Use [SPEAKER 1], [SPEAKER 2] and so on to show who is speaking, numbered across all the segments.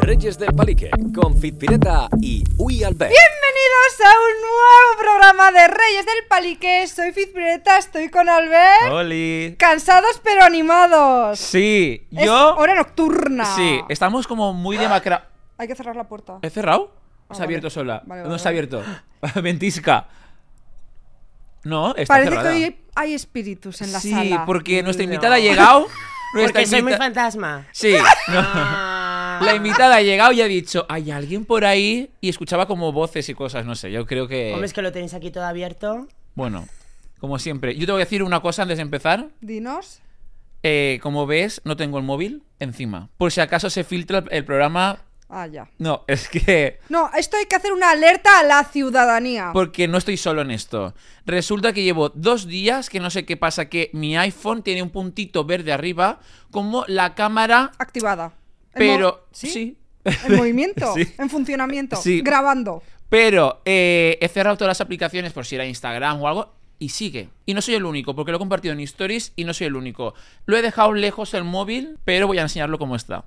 [SPEAKER 1] Reyes del Palique, con Fitpireta y Uy Albert.
[SPEAKER 2] Bienvenidos a un nuevo programa de Reyes del Palique. Soy Fitpireta, estoy con Albert.
[SPEAKER 3] ¡Holi!
[SPEAKER 2] Cansados pero animados.
[SPEAKER 3] Sí,
[SPEAKER 2] Es
[SPEAKER 3] yo.
[SPEAKER 2] hora nocturna.
[SPEAKER 3] Sí,
[SPEAKER 4] Eh.
[SPEAKER 3] estamos como muy demacra.
[SPEAKER 2] Hay que cerrar la puerta.
[SPEAKER 3] ¿He cerrado?
[SPEAKER 2] Ah,
[SPEAKER 3] ¿O se
[SPEAKER 2] vale.
[SPEAKER 3] ha abierto sola?
[SPEAKER 2] Vale, vale,
[SPEAKER 3] no se ha
[SPEAKER 2] vale.
[SPEAKER 3] abierto. Ventisca. No, está
[SPEAKER 2] Parece
[SPEAKER 3] cerrada.
[SPEAKER 2] que hoy hay espíritus en la
[SPEAKER 3] sí,
[SPEAKER 2] sala.
[SPEAKER 3] porque nuestra
[SPEAKER 4] No.
[SPEAKER 3] invitada ha llegado. nuestra
[SPEAKER 4] Porque soy muy
[SPEAKER 3] invita-
[SPEAKER 4] fantasma.
[SPEAKER 3] Sí. no.
[SPEAKER 4] Ah.
[SPEAKER 3] La invitada ha llegado y ha dicho, hay alguien por ahí y escuchaba como voces y cosas, no sé, yo creo que...
[SPEAKER 4] Hombre, es que lo tenéis aquí todo abierto.
[SPEAKER 3] Bueno, como siempre, yo te voy a decir una cosa antes de empezar.
[SPEAKER 2] Dinos.
[SPEAKER 3] Eh, como ves, no tengo el móvil encima. Por si acaso se filtra el- el programa...
[SPEAKER 2] Ah, ya.
[SPEAKER 3] No, es que...
[SPEAKER 2] No, esto hay que hacer una alerta a la ciudadanía.
[SPEAKER 3] Porque no estoy solo en esto. Resulta que llevo dos días que no sé qué pasa, que mi iPhone tiene un puntito verde arriba, como la cámara,
[SPEAKER 2] Activada. En mo-
[SPEAKER 3] pero...
[SPEAKER 2] ¿Sí?
[SPEAKER 3] sí.
[SPEAKER 2] En movimiento,
[SPEAKER 3] Sí.
[SPEAKER 2] en funcionamiento,
[SPEAKER 3] Sí.
[SPEAKER 2] grabando.
[SPEAKER 3] Pero eh, he cerrado todas las aplicaciones por si era Instagram o algo. Y sigue. Y no soy el único, porque lo he compartido en stories y no soy el único. Lo he dejado lejos el móvil, pero voy a enseñarlo cómo está.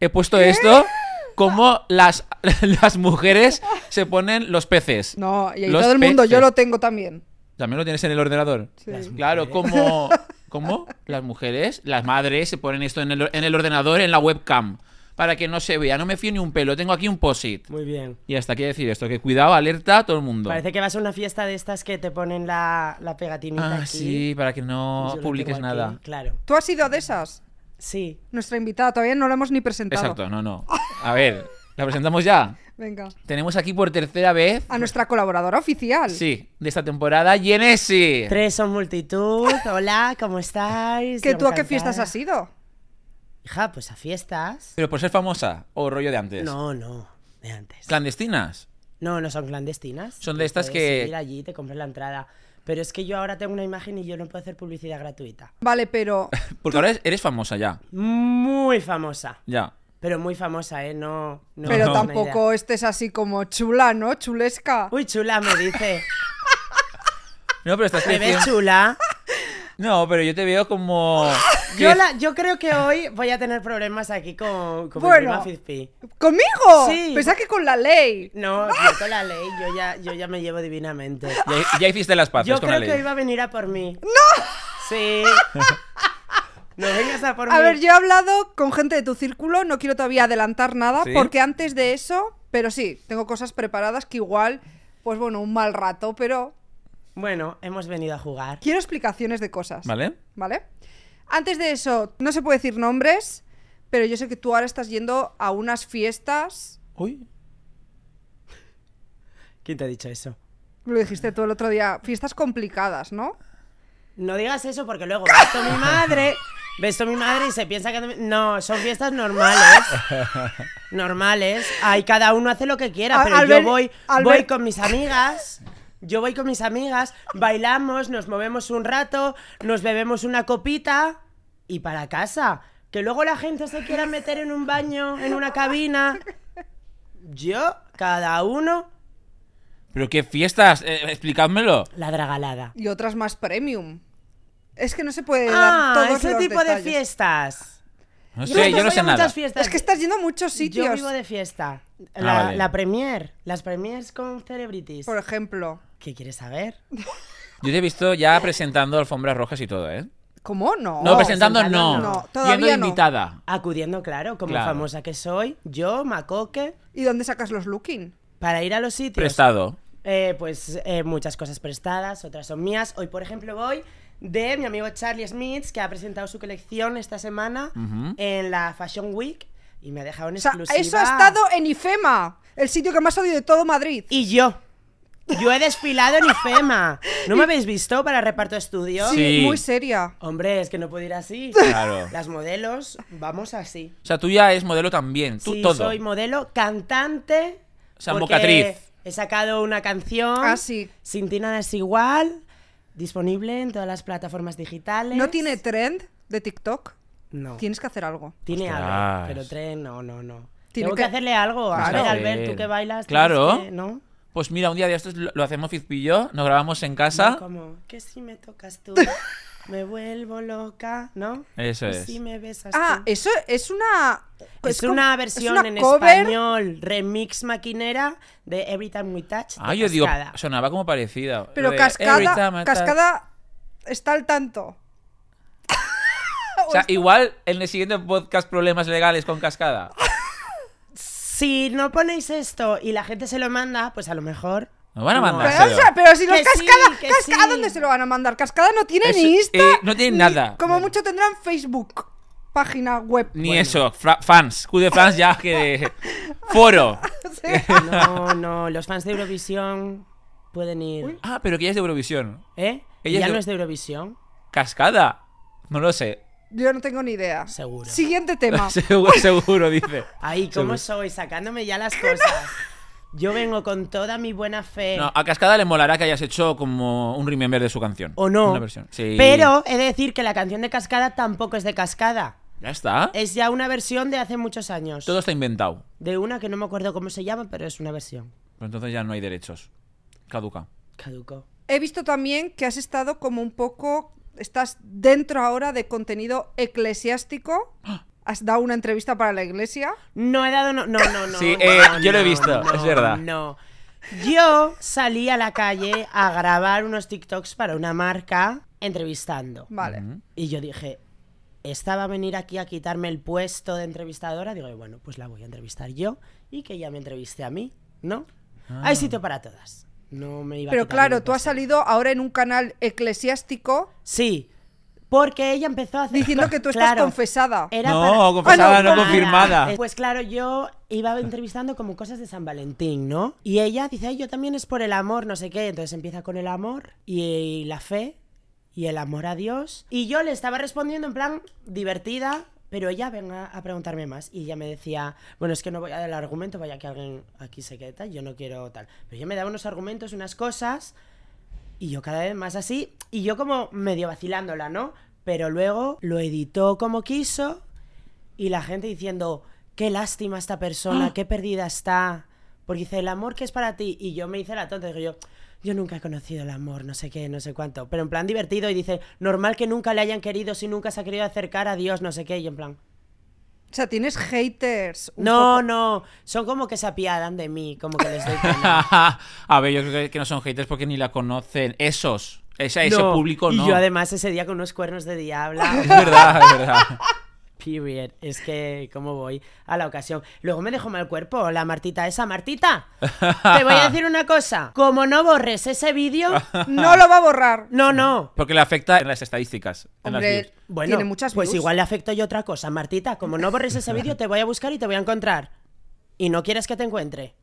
[SPEAKER 3] He puesto esto como las, las mujeres se ponen los peces.
[SPEAKER 2] No, y ahí
[SPEAKER 3] Los
[SPEAKER 2] todo el mundo, yo
[SPEAKER 3] peces.
[SPEAKER 2] lo tengo también.
[SPEAKER 3] ¿También lo tienes en el ordenador?
[SPEAKER 2] Sí.
[SPEAKER 4] Las
[SPEAKER 3] Claro,
[SPEAKER 4] mujeres.
[SPEAKER 3] como, como las mujeres, las madres se ponen esto en el, or- en el ordenador, en la webcam, para que no se vea. No me fío ni un pelo, tengo aquí un posit.
[SPEAKER 4] Muy bien.
[SPEAKER 3] Y hasta aquí decir esto, que cuidado, alerta a todo el mundo.
[SPEAKER 4] Parece que vas a una fiesta de estas que te ponen la, la pegatinita
[SPEAKER 3] ah,
[SPEAKER 4] aquí.
[SPEAKER 3] sí, para que
[SPEAKER 4] Yo
[SPEAKER 3] no
[SPEAKER 4] lo tengo
[SPEAKER 3] publiques
[SPEAKER 4] aquí,
[SPEAKER 3] nada.
[SPEAKER 4] Claro.
[SPEAKER 2] ¿Tú has sido de esas?
[SPEAKER 4] Sí.
[SPEAKER 2] Nuestra invitada, todavía no la hemos ni presentado.
[SPEAKER 3] Exacto, no, no. A ver, la presentamos ya.
[SPEAKER 2] Venga.
[SPEAKER 3] Tenemos aquí por tercera vez,
[SPEAKER 2] A nuestra colaboradora oficial.
[SPEAKER 3] sí, de esta temporada, Genesi.
[SPEAKER 4] Tres son multitud. Hola, ¿cómo estáis?
[SPEAKER 2] ¿Que
[SPEAKER 4] Yo
[SPEAKER 2] tú a qué
[SPEAKER 4] encantada.
[SPEAKER 2] fiestas has ido?
[SPEAKER 4] Hija, pues a fiestas.
[SPEAKER 3] Pero por ser famosa o rollo de antes.
[SPEAKER 4] No, no. De antes.
[SPEAKER 3] Clandestinas.
[SPEAKER 4] No, no son clandestinas.
[SPEAKER 3] Son de
[SPEAKER 4] Tú
[SPEAKER 3] estas
[SPEAKER 4] puedes
[SPEAKER 3] que-
[SPEAKER 4] ir allí, te compras la entrada. Pero es que yo ahora tengo una imagen y yo no puedo hacer publicidad gratuita.
[SPEAKER 2] Vale, pero
[SPEAKER 3] Porque ahora eres- eres famosa ya.
[SPEAKER 4] Muy famosa.
[SPEAKER 3] Ya.
[SPEAKER 4] Pero muy famosa, ¿eh? No. no
[SPEAKER 2] pero
[SPEAKER 4] no, no, una idea.
[SPEAKER 2] tampoco estés así como chula, ¿no? Chulesca.
[SPEAKER 4] Uy, chula, me dice.
[SPEAKER 3] No, pero estás
[SPEAKER 4] ¿Me ves
[SPEAKER 3] creciendo.
[SPEAKER 4] chula?
[SPEAKER 3] No, pero yo te veo como.
[SPEAKER 4] Yo,
[SPEAKER 3] que-
[SPEAKER 4] la- yo creo que hoy voy a tener problemas aquí con, con
[SPEAKER 2] Bueno.
[SPEAKER 4] mi prima Fizpi.
[SPEAKER 2] ¿Conmigo?
[SPEAKER 4] Sí.
[SPEAKER 2] Pensaba que con la ley.
[SPEAKER 4] No, yo con la ley, yo ya, yo ya me llevo divinamente.
[SPEAKER 3] Ya, ya hiciste las paces
[SPEAKER 4] Yo
[SPEAKER 3] con la
[SPEAKER 4] creo
[SPEAKER 3] ley.
[SPEAKER 4] que hoy va a venir a por mí. ¡No! Sí. No vengas a por mí.
[SPEAKER 2] A ver, yo he hablado con gente de tu círculo, no quiero todavía adelantar nada,
[SPEAKER 3] ¿Sí?
[SPEAKER 2] porque antes de eso, pero sí, tengo cosas preparadas que igual, pues bueno, un mal rato, pero
[SPEAKER 4] Bueno, hemos venido a jugar.
[SPEAKER 2] quiero explicaciones de cosas.
[SPEAKER 3] ¿Vale?
[SPEAKER 2] ¿Vale? Antes de eso, no se puede decir nombres, pero yo sé que tú ahora estás yendo a unas fiestas.
[SPEAKER 3] Uy.
[SPEAKER 4] ¿Quién te ha dicho eso?
[SPEAKER 2] Lo dijiste tú el otro día, fiestas complicadas, ¿no?
[SPEAKER 4] No digas eso porque luego ves a mi madre, ves a mi madre y se piensa que... No, son fiestas normales. Normales. Ay, cada uno hace lo que quiera,
[SPEAKER 2] Al-
[SPEAKER 4] pero
[SPEAKER 2] Albert-
[SPEAKER 4] yo voy, voy
[SPEAKER 2] Albert-
[SPEAKER 4] con mis amigas. Yo voy con mis amigas, bailamos, nos movemos un rato, nos bebemos una copita y para casa. Que luego la gente se quiera meter en un baño, en una cabina. Yo, cada uno,
[SPEAKER 3] ¿Pero qué fiestas? Eh, explicádmelo.
[SPEAKER 4] la dragalada.
[SPEAKER 2] Y otras más premium. Es que no se puede dar
[SPEAKER 4] Ah,
[SPEAKER 2] Eh, todos
[SPEAKER 4] ese
[SPEAKER 2] los
[SPEAKER 4] tipo
[SPEAKER 2] detalles.
[SPEAKER 4] de fiestas.
[SPEAKER 3] No
[SPEAKER 4] es
[SPEAKER 3] sé,
[SPEAKER 4] que
[SPEAKER 3] yo no
[SPEAKER 4] voy
[SPEAKER 3] sé
[SPEAKER 4] a muchas
[SPEAKER 3] nada.
[SPEAKER 4] fiestas.
[SPEAKER 2] Es que estás yendo a muchos sitios.
[SPEAKER 4] Yo vivo de fiesta. La,
[SPEAKER 3] Ah, vale.
[SPEAKER 4] la premier, las premiers con celebrities.
[SPEAKER 2] Por ejemplo.
[SPEAKER 4] ¿Qué quieres saber?
[SPEAKER 3] Yo te he visto ya presentando alfombras rojas y todo, ¿eh?
[SPEAKER 2] ¿Cómo no?
[SPEAKER 3] No, presentando
[SPEAKER 4] presentando
[SPEAKER 3] no.
[SPEAKER 4] no.
[SPEAKER 2] No, todavía
[SPEAKER 3] Yendo de
[SPEAKER 2] no.
[SPEAKER 3] invitada.
[SPEAKER 4] Acudiendo, claro, como
[SPEAKER 3] Claro.
[SPEAKER 4] famosa que soy, yo, Macoque,
[SPEAKER 2] ¿Y dónde sacas los looking?
[SPEAKER 4] para ir a los sitios.
[SPEAKER 3] Prestado.
[SPEAKER 4] Eh, pues eh, muchas cosas prestadas, otras son mías. Hoy, por ejemplo, voy de mi amigo Charlie Smith, que ha presentado su colección esta semana
[SPEAKER 3] Ujú.
[SPEAKER 4] en la Fashion Week y me ha dejado en
[SPEAKER 2] O sea,
[SPEAKER 4] exclusiva.
[SPEAKER 2] eso ha estado en IFEMA, el sitio que más odio de todo Madrid.
[SPEAKER 4] Y yo. Yo he desfilado en IFEMA. ¿No me habéis visto para reparto estudio?
[SPEAKER 3] Sí.
[SPEAKER 2] Muy seria.
[SPEAKER 4] Hombre, es que no puedo ir así.
[SPEAKER 3] Claro.
[SPEAKER 4] Las modelos, vamos así.
[SPEAKER 3] O sea, tú ya es modelo también. Tú
[SPEAKER 4] sí,
[SPEAKER 3] todo.
[SPEAKER 4] soy modelo, cantante.
[SPEAKER 3] O sea,
[SPEAKER 4] porque
[SPEAKER 3] mocatriz.
[SPEAKER 4] He sacado una canción.
[SPEAKER 2] Ah, sí.
[SPEAKER 4] Sin ti nada es igual. Disponible en todas las plataformas digitales.
[SPEAKER 2] ¿No tiene trend de TikTok?
[SPEAKER 4] No. Tiene,
[SPEAKER 2] Tienes que hacer algo.
[SPEAKER 4] algo.
[SPEAKER 3] Ostras.
[SPEAKER 4] Pero tren, no, no, no.
[SPEAKER 2] Tiene
[SPEAKER 4] Tengo que...
[SPEAKER 2] que-
[SPEAKER 4] hacerle algo. A
[SPEAKER 3] Claro.
[SPEAKER 4] ver, Albert, tú que bailas. tienes
[SPEAKER 3] Claro.
[SPEAKER 4] que- ¿No?
[SPEAKER 3] Pues mira, un día de estos lo lo hacemos Fizpillo, nos grabamos en casa.
[SPEAKER 4] Como, que si me tocas tú. Me vuelvo loca, ¿no?
[SPEAKER 3] Eso
[SPEAKER 4] Y
[SPEAKER 3] es.
[SPEAKER 4] Si me besas
[SPEAKER 2] Ah,
[SPEAKER 4] tú.
[SPEAKER 2] eso es una.
[SPEAKER 4] es,
[SPEAKER 2] Pues como-
[SPEAKER 4] una
[SPEAKER 2] es
[SPEAKER 4] versión
[SPEAKER 2] una
[SPEAKER 4] en
[SPEAKER 2] cover.
[SPEAKER 4] español, remix maquinera de Every Time We Touch. de
[SPEAKER 3] Ah, yo digo,
[SPEAKER 4] Cascada.
[SPEAKER 3] sonaba como parecida. Lo
[SPEAKER 2] Pero
[SPEAKER 3] de Every Time I
[SPEAKER 2] cascada,
[SPEAKER 3] Touch.
[SPEAKER 2] cascada está al tanto.
[SPEAKER 3] O sea, igual en el siguiente podcast problemas legales con cascada.
[SPEAKER 4] Si no ponéis esto y la gente se lo manda, pues a lo mejor.
[SPEAKER 3] Nos van a
[SPEAKER 4] No.
[SPEAKER 3] mandar.
[SPEAKER 2] Pero, o sea, pero si los
[SPEAKER 4] Que sí,
[SPEAKER 2] cascada,
[SPEAKER 4] que
[SPEAKER 2] casca- ¿a
[SPEAKER 4] sí.
[SPEAKER 2] dónde se lo van a mandar? Cascada no tiene
[SPEAKER 3] Es-
[SPEAKER 2] ni Insta,
[SPEAKER 3] eh, no tiene
[SPEAKER 2] ni-
[SPEAKER 3] nada.
[SPEAKER 2] Como
[SPEAKER 3] Bueno.
[SPEAKER 2] mucho tendrán Facebook, página web.
[SPEAKER 3] Ni eso, fra- fans, Q de fans ya que foro.
[SPEAKER 4] No, no, los fans de Eurovisión pueden ir.
[SPEAKER 3] Ah, pero que ella es de Eurovisión.
[SPEAKER 4] ¿Eh?
[SPEAKER 3] Ella
[SPEAKER 4] ¿Ya
[SPEAKER 3] es de-
[SPEAKER 4] no es de Eurovisión?
[SPEAKER 3] Cascada. No lo sé.
[SPEAKER 2] Yo no tengo ni idea.
[SPEAKER 4] Seguro.
[SPEAKER 2] Siguiente tema.
[SPEAKER 3] Seguro, seguro, dice.
[SPEAKER 4] Ay, ¿cómo
[SPEAKER 3] Seguro.
[SPEAKER 4] soy? Sacándome ya las cosas. Yo vengo con toda mi buena fe.
[SPEAKER 3] No, a Cascada le molará que hayas hecho como un remember de su canción.
[SPEAKER 4] o no.
[SPEAKER 3] Una versión. Sí.
[SPEAKER 4] Pero he de decir que la canción de Cascada tampoco es de Cascada.
[SPEAKER 3] Ya está.
[SPEAKER 4] Es ya una versión de hace muchos años.
[SPEAKER 3] Todo está inventado.
[SPEAKER 4] De una que no me acuerdo cómo se llama, pero es una versión.
[SPEAKER 3] Pero entonces ya no hay derechos. Caduca.
[SPEAKER 4] Caduco.
[SPEAKER 2] He visto también que has estado como un poco, estás dentro ahora de contenido eclesiástico.
[SPEAKER 3] ¡Ah!
[SPEAKER 2] Has dado una entrevista para la iglesia.
[SPEAKER 4] No he dado. No, no, no. no
[SPEAKER 3] Sí,
[SPEAKER 4] no,
[SPEAKER 3] eh, yo lo he
[SPEAKER 4] no,
[SPEAKER 3] visto,
[SPEAKER 4] no,
[SPEAKER 3] es verdad.
[SPEAKER 4] No. Yo salí a la calle a grabar unos TikToks para una marca entrevistando.
[SPEAKER 2] Vale.
[SPEAKER 4] Y yo dije, esta va a venir aquí a quitarme el puesto de entrevistadora. Digo, bueno, pues la voy a entrevistar yo y que ella me entreviste a mí, ¿no?
[SPEAKER 3] Ah.
[SPEAKER 4] Hay sitio para todas. No me iba a
[SPEAKER 2] Pero
[SPEAKER 4] quitar
[SPEAKER 2] claro,
[SPEAKER 4] ningún
[SPEAKER 2] tú has
[SPEAKER 4] puesto.
[SPEAKER 2] salido ahora en un canal eclesiástico
[SPEAKER 4] Sí, porque ella empezó a hacer.
[SPEAKER 2] diciendo que tú estás
[SPEAKER 4] Claro.
[SPEAKER 2] confesada.
[SPEAKER 4] Era
[SPEAKER 3] No,
[SPEAKER 4] para-
[SPEAKER 3] confesada,
[SPEAKER 2] Ah, no,
[SPEAKER 3] no,
[SPEAKER 2] para.
[SPEAKER 3] confirmada.
[SPEAKER 4] Eh, Pues claro, yo iba entrevistando como cosas de San Valentín, ¿no? Y ella dice, "Ay, yo también es por el amor, no sé qué. Entonces empieza con el amor y la fe y el amor a Dios. Y yo le estaba respondiendo en plan divertida, pero ella venga a preguntarme más. Y ella me decía, bueno, es que no voy a dar el argumento, vaya que alguien aquí se quede tal, yo no quiero tal. Pero ella me daba unos argumentos, unas cosas, y yo cada vez más así, y yo como medio vacilándola, ¿no? Pero luego lo editó como quiso y la gente diciendo, qué lástima esta persona, qué perdida está. Porque dice, el amor que es para ti. Y yo me hice la tonta, digo yo, yo nunca he conocido el amor, no sé qué, no sé cuánto. Pero en plan divertido y dice, normal que nunca le hayan querido si nunca se ha querido acercar a Dios, no sé qué. Y yo en plan,
[SPEAKER 2] O sea, tienes haters. un
[SPEAKER 4] no,
[SPEAKER 2] poco.
[SPEAKER 4] no, son como que se apiadan de mí, como que les doy pena.
[SPEAKER 3] a ver, yo creo que- que no son haters porque ni la conocen. Esos. Ese, ese
[SPEAKER 4] No,
[SPEAKER 3] público no.
[SPEAKER 4] Y yo además ese día con unos cuernos de diabla.
[SPEAKER 3] Es verdad, es verdad.
[SPEAKER 4] Period. Es que, ¿cómo voy? A la ocasión. Luego me dejó mal cuerpo la Martita esa. Martita, te voy a decir una cosa. Como no borres ese vídeo...
[SPEAKER 2] No lo va a borrar.
[SPEAKER 4] No, no.
[SPEAKER 3] Porque le afecta en las estadísticas. en las
[SPEAKER 2] Hombre,
[SPEAKER 3] views.
[SPEAKER 4] Bueno,
[SPEAKER 2] tiene muchas
[SPEAKER 4] pues
[SPEAKER 2] views.
[SPEAKER 4] igual le afecto yo otra cosa. Martita, como no borres ese vídeo, te voy a buscar y te voy a encontrar. Y no quieres que te encuentre.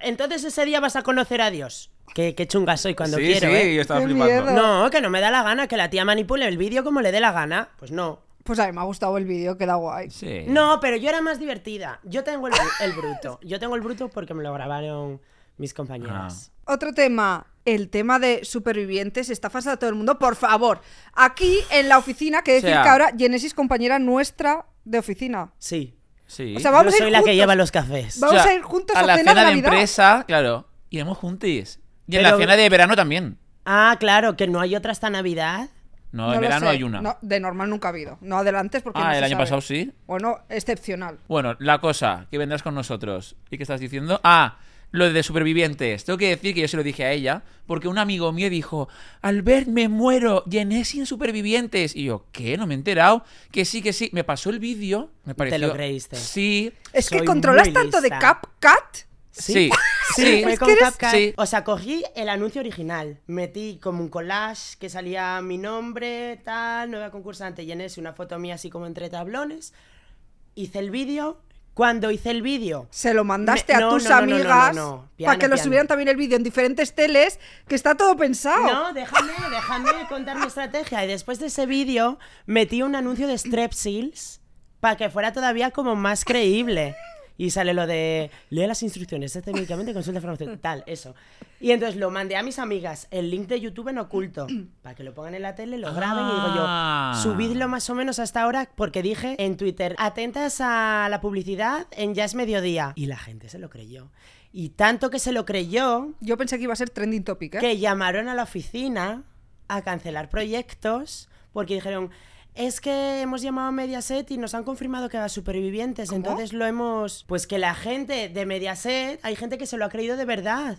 [SPEAKER 4] Entonces ese día vas a conocer a Dios. Qué, qué chunga soy cuando
[SPEAKER 3] sí,
[SPEAKER 4] quiero,
[SPEAKER 3] sí,
[SPEAKER 4] ¿eh?
[SPEAKER 3] yo estaba
[SPEAKER 2] Qué
[SPEAKER 3] flipando.
[SPEAKER 2] miedo.
[SPEAKER 4] No, que no me da la gana que la tía manipule el vídeo como le dé la gana. Pues no.
[SPEAKER 2] Pues a mí me ha gustado el vídeo, queda guay.
[SPEAKER 3] Sí.
[SPEAKER 4] No, pero yo era más divertida. Yo tengo el, bru- el bruto. Yo tengo el bruto porque me lo grabaron mis compañeras.
[SPEAKER 2] Otro tema, el tema de supervivientes, estafas a todo el mundo, por favor. Aquí en la oficina, que decir
[SPEAKER 3] sea-
[SPEAKER 2] que ahora Genesis compañera nuestra de oficina.
[SPEAKER 4] Sí.
[SPEAKER 3] Sí.
[SPEAKER 2] O sea, vamos
[SPEAKER 4] yo
[SPEAKER 2] a
[SPEAKER 4] soy
[SPEAKER 2] ir
[SPEAKER 4] la que
[SPEAKER 2] juntos.
[SPEAKER 4] lleva los cafés.
[SPEAKER 2] Va- vamos a ir juntos a
[SPEAKER 3] la
[SPEAKER 2] cena de
[SPEAKER 3] de
[SPEAKER 2] Navidad.
[SPEAKER 3] empresa, claro. Iremos juntis. Y en la
[SPEAKER 4] Pero-
[SPEAKER 3] cena de verano también.
[SPEAKER 4] Ah, claro, que no hay otra hasta Navidad.
[SPEAKER 2] No
[SPEAKER 3] No, en
[SPEAKER 2] lo
[SPEAKER 3] verano
[SPEAKER 2] sé.
[SPEAKER 3] hay una.
[SPEAKER 2] No, de normal nunca ha habido. No adelantes porque.
[SPEAKER 3] ah,
[SPEAKER 2] no
[SPEAKER 3] el
[SPEAKER 2] se
[SPEAKER 3] año
[SPEAKER 2] sabe.
[SPEAKER 3] pasado sí.
[SPEAKER 2] Bueno, excepcional.
[SPEAKER 3] Bueno, la cosa, que vendrás con nosotros. ¿Y qué estás diciendo? Ah, lo de supervivientes. Tengo que decir que yo se lo dije a ella, porque un amigo mío dijo, Albert, me muero, llené sin supervivientes. Y yo, ¿qué? No me he enterado. Que sí, que sí. Me pasó el vídeo. Me pareció...
[SPEAKER 4] lo creíste.
[SPEAKER 3] Sí.
[SPEAKER 2] Es que
[SPEAKER 4] Soy
[SPEAKER 2] controlas
[SPEAKER 4] muy
[SPEAKER 2] tanto de
[SPEAKER 4] lista.
[SPEAKER 2] CapCat.
[SPEAKER 3] Sí. Sí.
[SPEAKER 4] fue
[SPEAKER 2] Es
[SPEAKER 4] con
[SPEAKER 2] que eres-
[SPEAKER 4] CapCut.
[SPEAKER 3] Sí.
[SPEAKER 4] O sea, cogí el anuncio original. Metí como un collage que salía mi nombre, tal, nueva concursante, y en ese una foto mía así como entre tablones. Hice el vídeo. Cuando hice el vídeo,
[SPEAKER 2] Se lo mandaste
[SPEAKER 4] Me-
[SPEAKER 2] a
[SPEAKER 4] no,
[SPEAKER 2] tus
[SPEAKER 4] no, no, no, no,
[SPEAKER 2] amigas
[SPEAKER 4] no.
[SPEAKER 2] para
[SPEAKER 4] Piano,
[SPEAKER 2] que lo
[SPEAKER 4] piano.
[SPEAKER 2] subieran también el vídeo en diferentes teles, que está todo pensado.
[SPEAKER 4] No, déjame, déjame contar mi estrategia. Y después de ese vídeo, metí un anuncio de Strepsils para que fuera todavía como más creíble. Y sale lo de, lee las instrucciones, este medicamento consulta farmacéutica, tal, eso. Y entonces lo mandé a mis amigas, el link de YouTube en oculto, para que lo pongan en la tele, lo graben
[SPEAKER 3] Ah.
[SPEAKER 4] y digo yo, subidlo más o menos hasta ahora, porque dije en Twitter, atentas a la publicidad en Ya es Mediodía. Y la gente se lo creyó. Y tanto que se lo creyó,
[SPEAKER 2] Yo pensé que iba a ser trending topic, ¿eh?
[SPEAKER 4] que llamaron a la oficina a cancelar proyectos porque dijeron, es que hemos llamado a Mediaset y nos han confirmado que va a supervivientes, entonces lo hemos... Pues que la gente de Mediaset, hay gente que se lo ha creído de verdad.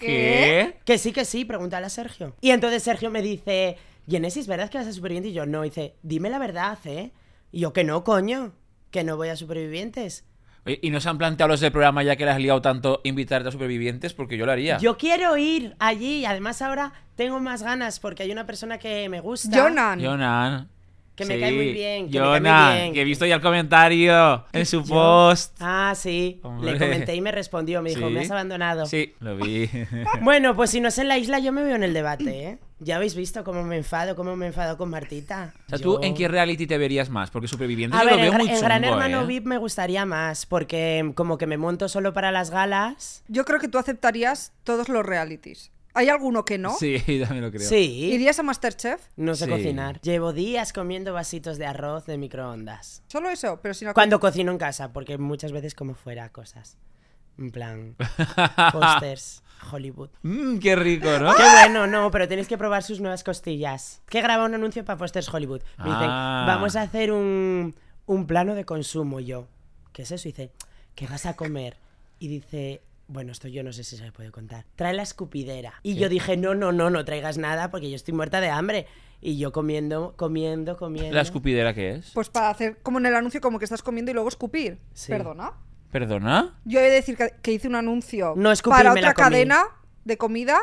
[SPEAKER 3] ¿Qué?
[SPEAKER 4] Que sí, que sí, pregúntale a Sergio. Y entonces Sergio me dice, Genesis, ¿verdad que vas a Supervivientes? Y yo, no, dice, dime la verdad, ¿eh? Y yo, que no, coño, que no voy a Supervivientes.
[SPEAKER 3] Oye, ¿Y no se han planteado los del programa ya que las has liado tanto invitarte a supervivientes? Porque yo lo haría.
[SPEAKER 4] Yo quiero ir allí y además ahora tengo más ganas porque hay una persona que me gusta.
[SPEAKER 2] Jonan.
[SPEAKER 3] Jonan.
[SPEAKER 4] Que me cae muy bien, que me cae muy
[SPEAKER 3] Jonan,
[SPEAKER 4] bien.
[SPEAKER 3] que he visto ya el comentario en su
[SPEAKER 4] Yo-
[SPEAKER 3] post.
[SPEAKER 4] Ah, sí.
[SPEAKER 3] Hombre.
[SPEAKER 4] Le comenté y me respondió, me dijo,
[SPEAKER 3] Sí.
[SPEAKER 4] me has abandonado.
[SPEAKER 3] Sí, lo vi.
[SPEAKER 4] Bueno, pues si no es en la isla, yo me veo en el debate, ¿eh? Ya habéis visto cómo me enfado, cómo me enfado con Martita.
[SPEAKER 3] O sea,
[SPEAKER 4] Yo-
[SPEAKER 3] ¿tú en qué reality te verías más? Porque supervivientes
[SPEAKER 4] A
[SPEAKER 3] yo
[SPEAKER 4] ver,
[SPEAKER 3] lo veo
[SPEAKER 4] en,
[SPEAKER 3] muy
[SPEAKER 4] Gra- en
[SPEAKER 3] chungo,
[SPEAKER 4] Gran Hermano
[SPEAKER 3] ¿eh?
[SPEAKER 4] VIP me gustaría más, porque mm, como que me monto solo para las galas.
[SPEAKER 2] Yo creo que tú aceptarías todos los realities. ¿Hay alguno que no?
[SPEAKER 3] Sí, también lo creo.
[SPEAKER 4] Sí.
[SPEAKER 2] ¿Irías a Masterchef?
[SPEAKER 4] No sé
[SPEAKER 3] Sí.
[SPEAKER 4] cocinar. Llevo días comiendo vasitos de arroz de microondas.
[SPEAKER 2] Solo eso, pero si no...
[SPEAKER 4] Cuando cocino en casa, porque muchas veces como fuera cosas. En plan, pósters, Hollywood.
[SPEAKER 3] Mmm, qué rico, ¿no?
[SPEAKER 4] Qué bueno, no, pero tenéis que probar sus nuevas costillas. Que graba un anuncio para Posters Hollywood. Me dicen,
[SPEAKER 3] Ah.
[SPEAKER 4] vamos a hacer un, un plano de consumo. Y Yo, ¿qué es eso? Y dice, ¿qué vas a comer? Y dice, bueno, esto yo no sé si se puede contar. Trae la escupidera. Y yo dije, no, no, no, no traigas nada porque yo estoy muerta de hambre. Y yo comiendo, comiendo, comiendo.
[SPEAKER 3] ¿La escupidera qué es?
[SPEAKER 2] Pues para hacer como en el anuncio, como que estás comiendo y luego escupir.
[SPEAKER 4] Sí.
[SPEAKER 2] Perdona.
[SPEAKER 3] ¿Perdona?
[SPEAKER 2] Yo he de decir que, que hice un anuncio
[SPEAKER 4] No escupí,
[SPEAKER 2] para
[SPEAKER 4] me la
[SPEAKER 2] otra
[SPEAKER 4] comí.
[SPEAKER 2] cadena de comida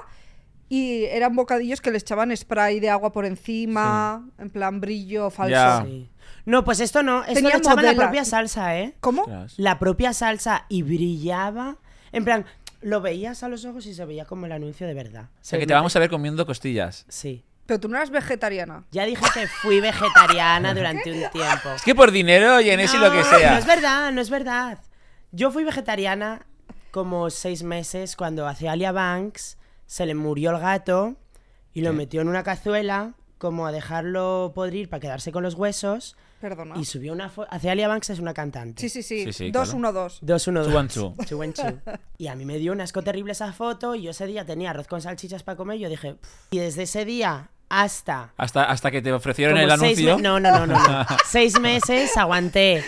[SPEAKER 2] y eran bocadillos que les echaban spray de agua por encima, en plan brillo falso.
[SPEAKER 3] Ya.
[SPEAKER 4] Sí. No, pues esto no. Esto
[SPEAKER 2] Tenía
[SPEAKER 4] le echaban la
[SPEAKER 2] modela.
[SPEAKER 4] propia salsa, ¿eh?
[SPEAKER 2] ¿Cómo?
[SPEAKER 3] Ostras.
[SPEAKER 4] la propia salsa y brillaba. En plan, lo veías a los ojos y se veía como el anuncio de verdad.
[SPEAKER 3] O sea, que te vamos a ver comiendo costillas.
[SPEAKER 4] Sí.
[SPEAKER 2] Pero tú no eras vegetariana.
[SPEAKER 4] Ya dije que fui vegetariana durante un tiempo.
[SPEAKER 3] Es que por dinero, Genesis, lo que
[SPEAKER 4] No,
[SPEAKER 3] sea.
[SPEAKER 4] No es verdad, no es verdad. Yo fui vegetariana como seis meses cuando a Celia Banks se le murió el gato y lo metió en una cazuela como a dejarlo podrir para quedarse con los huesos
[SPEAKER 2] Perdona.
[SPEAKER 4] y subió una foto. Celia Banks es una cantante.
[SPEAKER 2] Sí, sí, sí.
[SPEAKER 3] Sí, sí,
[SPEAKER 2] dos,
[SPEAKER 3] claro.
[SPEAKER 2] uno, dos.
[SPEAKER 4] Dos, uno,
[SPEAKER 3] Two
[SPEAKER 4] dos.
[SPEAKER 3] and two.
[SPEAKER 4] Two and two. Y a mí me dio un asco terrible esa foto y yo ese día tenía arroz con salchichas para comer y yo dije... "Pff". Y desde ese día hasta...
[SPEAKER 3] Hasta, hasta que te ofrecieron
[SPEAKER 4] como
[SPEAKER 3] el
[SPEAKER 4] seis
[SPEAKER 3] anuncio.
[SPEAKER 4] me- No, no, no, no. no. seis meses aguanté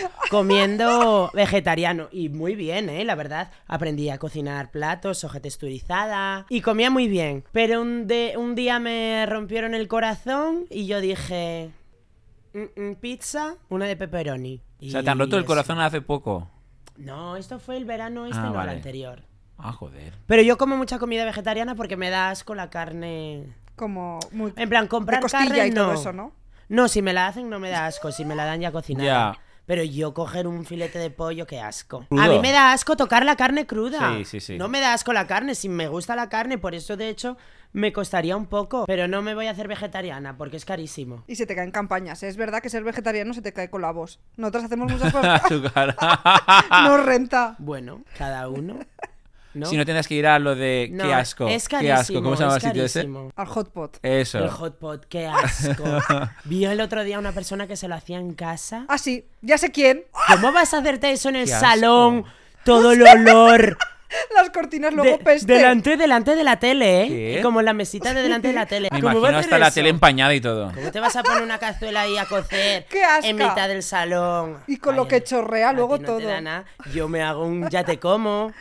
[SPEAKER 4] comiendo vegetariano y muy bien, ¿eh? La verdad, aprendí a cocinar platos, hoja texturizada y comía muy bien. Pero un, de, un día me rompieron el corazón y yo dije... "Mm, mm, pizza, una de pepperoni.
[SPEAKER 3] O sea, te han roto el corazón hace poco.
[SPEAKER 4] No, esto fue el verano este,
[SPEAKER 3] Ah,
[SPEAKER 4] no
[SPEAKER 3] vale.
[SPEAKER 4] el anterior.
[SPEAKER 3] Ah, joder.
[SPEAKER 4] Pero yo como mucha comida vegetariana porque me da asco la carne.
[SPEAKER 2] Como muy...
[SPEAKER 4] En plan, comprar
[SPEAKER 2] de costilla
[SPEAKER 4] carne
[SPEAKER 2] y todo
[SPEAKER 4] no.
[SPEAKER 2] eso, ¿no?
[SPEAKER 4] No, si me la hacen no me da asco, si me la dan ya cocinada.
[SPEAKER 3] Ya.
[SPEAKER 4] Pero yo coger un filete de pollo, qué asco.
[SPEAKER 3] Crudo.
[SPEAKER 4] A mí me da asco tocar la carne cruda.
[SPEAKER 3] Sí, sí, sí.
[SPEAKER 4] No me da asco la carne, si me gusta la carne, por eso de hecho me costaría un poco. Pero no me voy a hacer vegetariana porque es carísimo.
[SPEAKER 2] Y se te caen campañas. Es verdad que ser vegetariano se te cae con la voz. Nosotras hacemos muchas cosas.
[SPEAKER 3] Su cara.
[SPEAKER 2] Nos renta.
[SPEAKER 4] Bueno, cada uno. ¿no?
[SPEAKER 3] Si no tendrás que ir a lo de
[SPEAKER 4] No,
[SPEAKER 3] qué asco.
[SPEAKER 4] Es
[SPEAKER 3] qué
[SPEAKER 4] carísimo.
[SPEAKER 3] asco. ¿Cómo se llama
[SPEAKER 4] es
[SPEAKER 3] el sitio ese?
[SPEAKER 4] carísimo.
[SPEAKER 2] Al hot pot.
[SPEAKER 3] Eso.
[SPEAKER 4] El hot pot, qué asco. Vi el otro día una persona que se lo hacía en casa.
[SPEAKER 2] Ah, sí. Ya sé quién.
[SPEAKER 4] ¿Cómo vas a hacerte eso en el
[SPEAKER 3] Qué asco.
[SPEAKER 4] salón? Todo el olor.
[SPEAKER 2] Las cortinas luego
[SPEAKER 4] De-
[SPEAKER 2] peste.
[SPEAKER 4] delante, delante de la tele, ¿eh?
[SPEAKER 3] ¿Qué?
[SPEAKER 4] Como en la mesita de delante de la tele.
[SPEAKER 3] Me
[SPEAKER 4] ¿Cómo
[SPEAKER 3] imagino
[SPEAKER 4] va a hacer
[SPEAKER 3] hasta la
[SPEAKER 4] eso?
[SPEAKER 3] tele empañada y todo.
[SPEAKER 4] ¿Cómo te vas a poner una cazuela ahí a cocer
[SPEAKER 2] ¡Qué asca!
[SPEAKER 4] en mitad del salón?
[SPEAKER 2] Y con lo
[SPEAKER 4] Vaya,
[SPEAKER 2] que chorrea
[SPEAKER 4] a ti
[SPEAKER 2] luego
[SPEAKER 4] no te
[SPEAKER 2] todo.
[SPEAKER 4] da nada. Yo me hago un ya te como.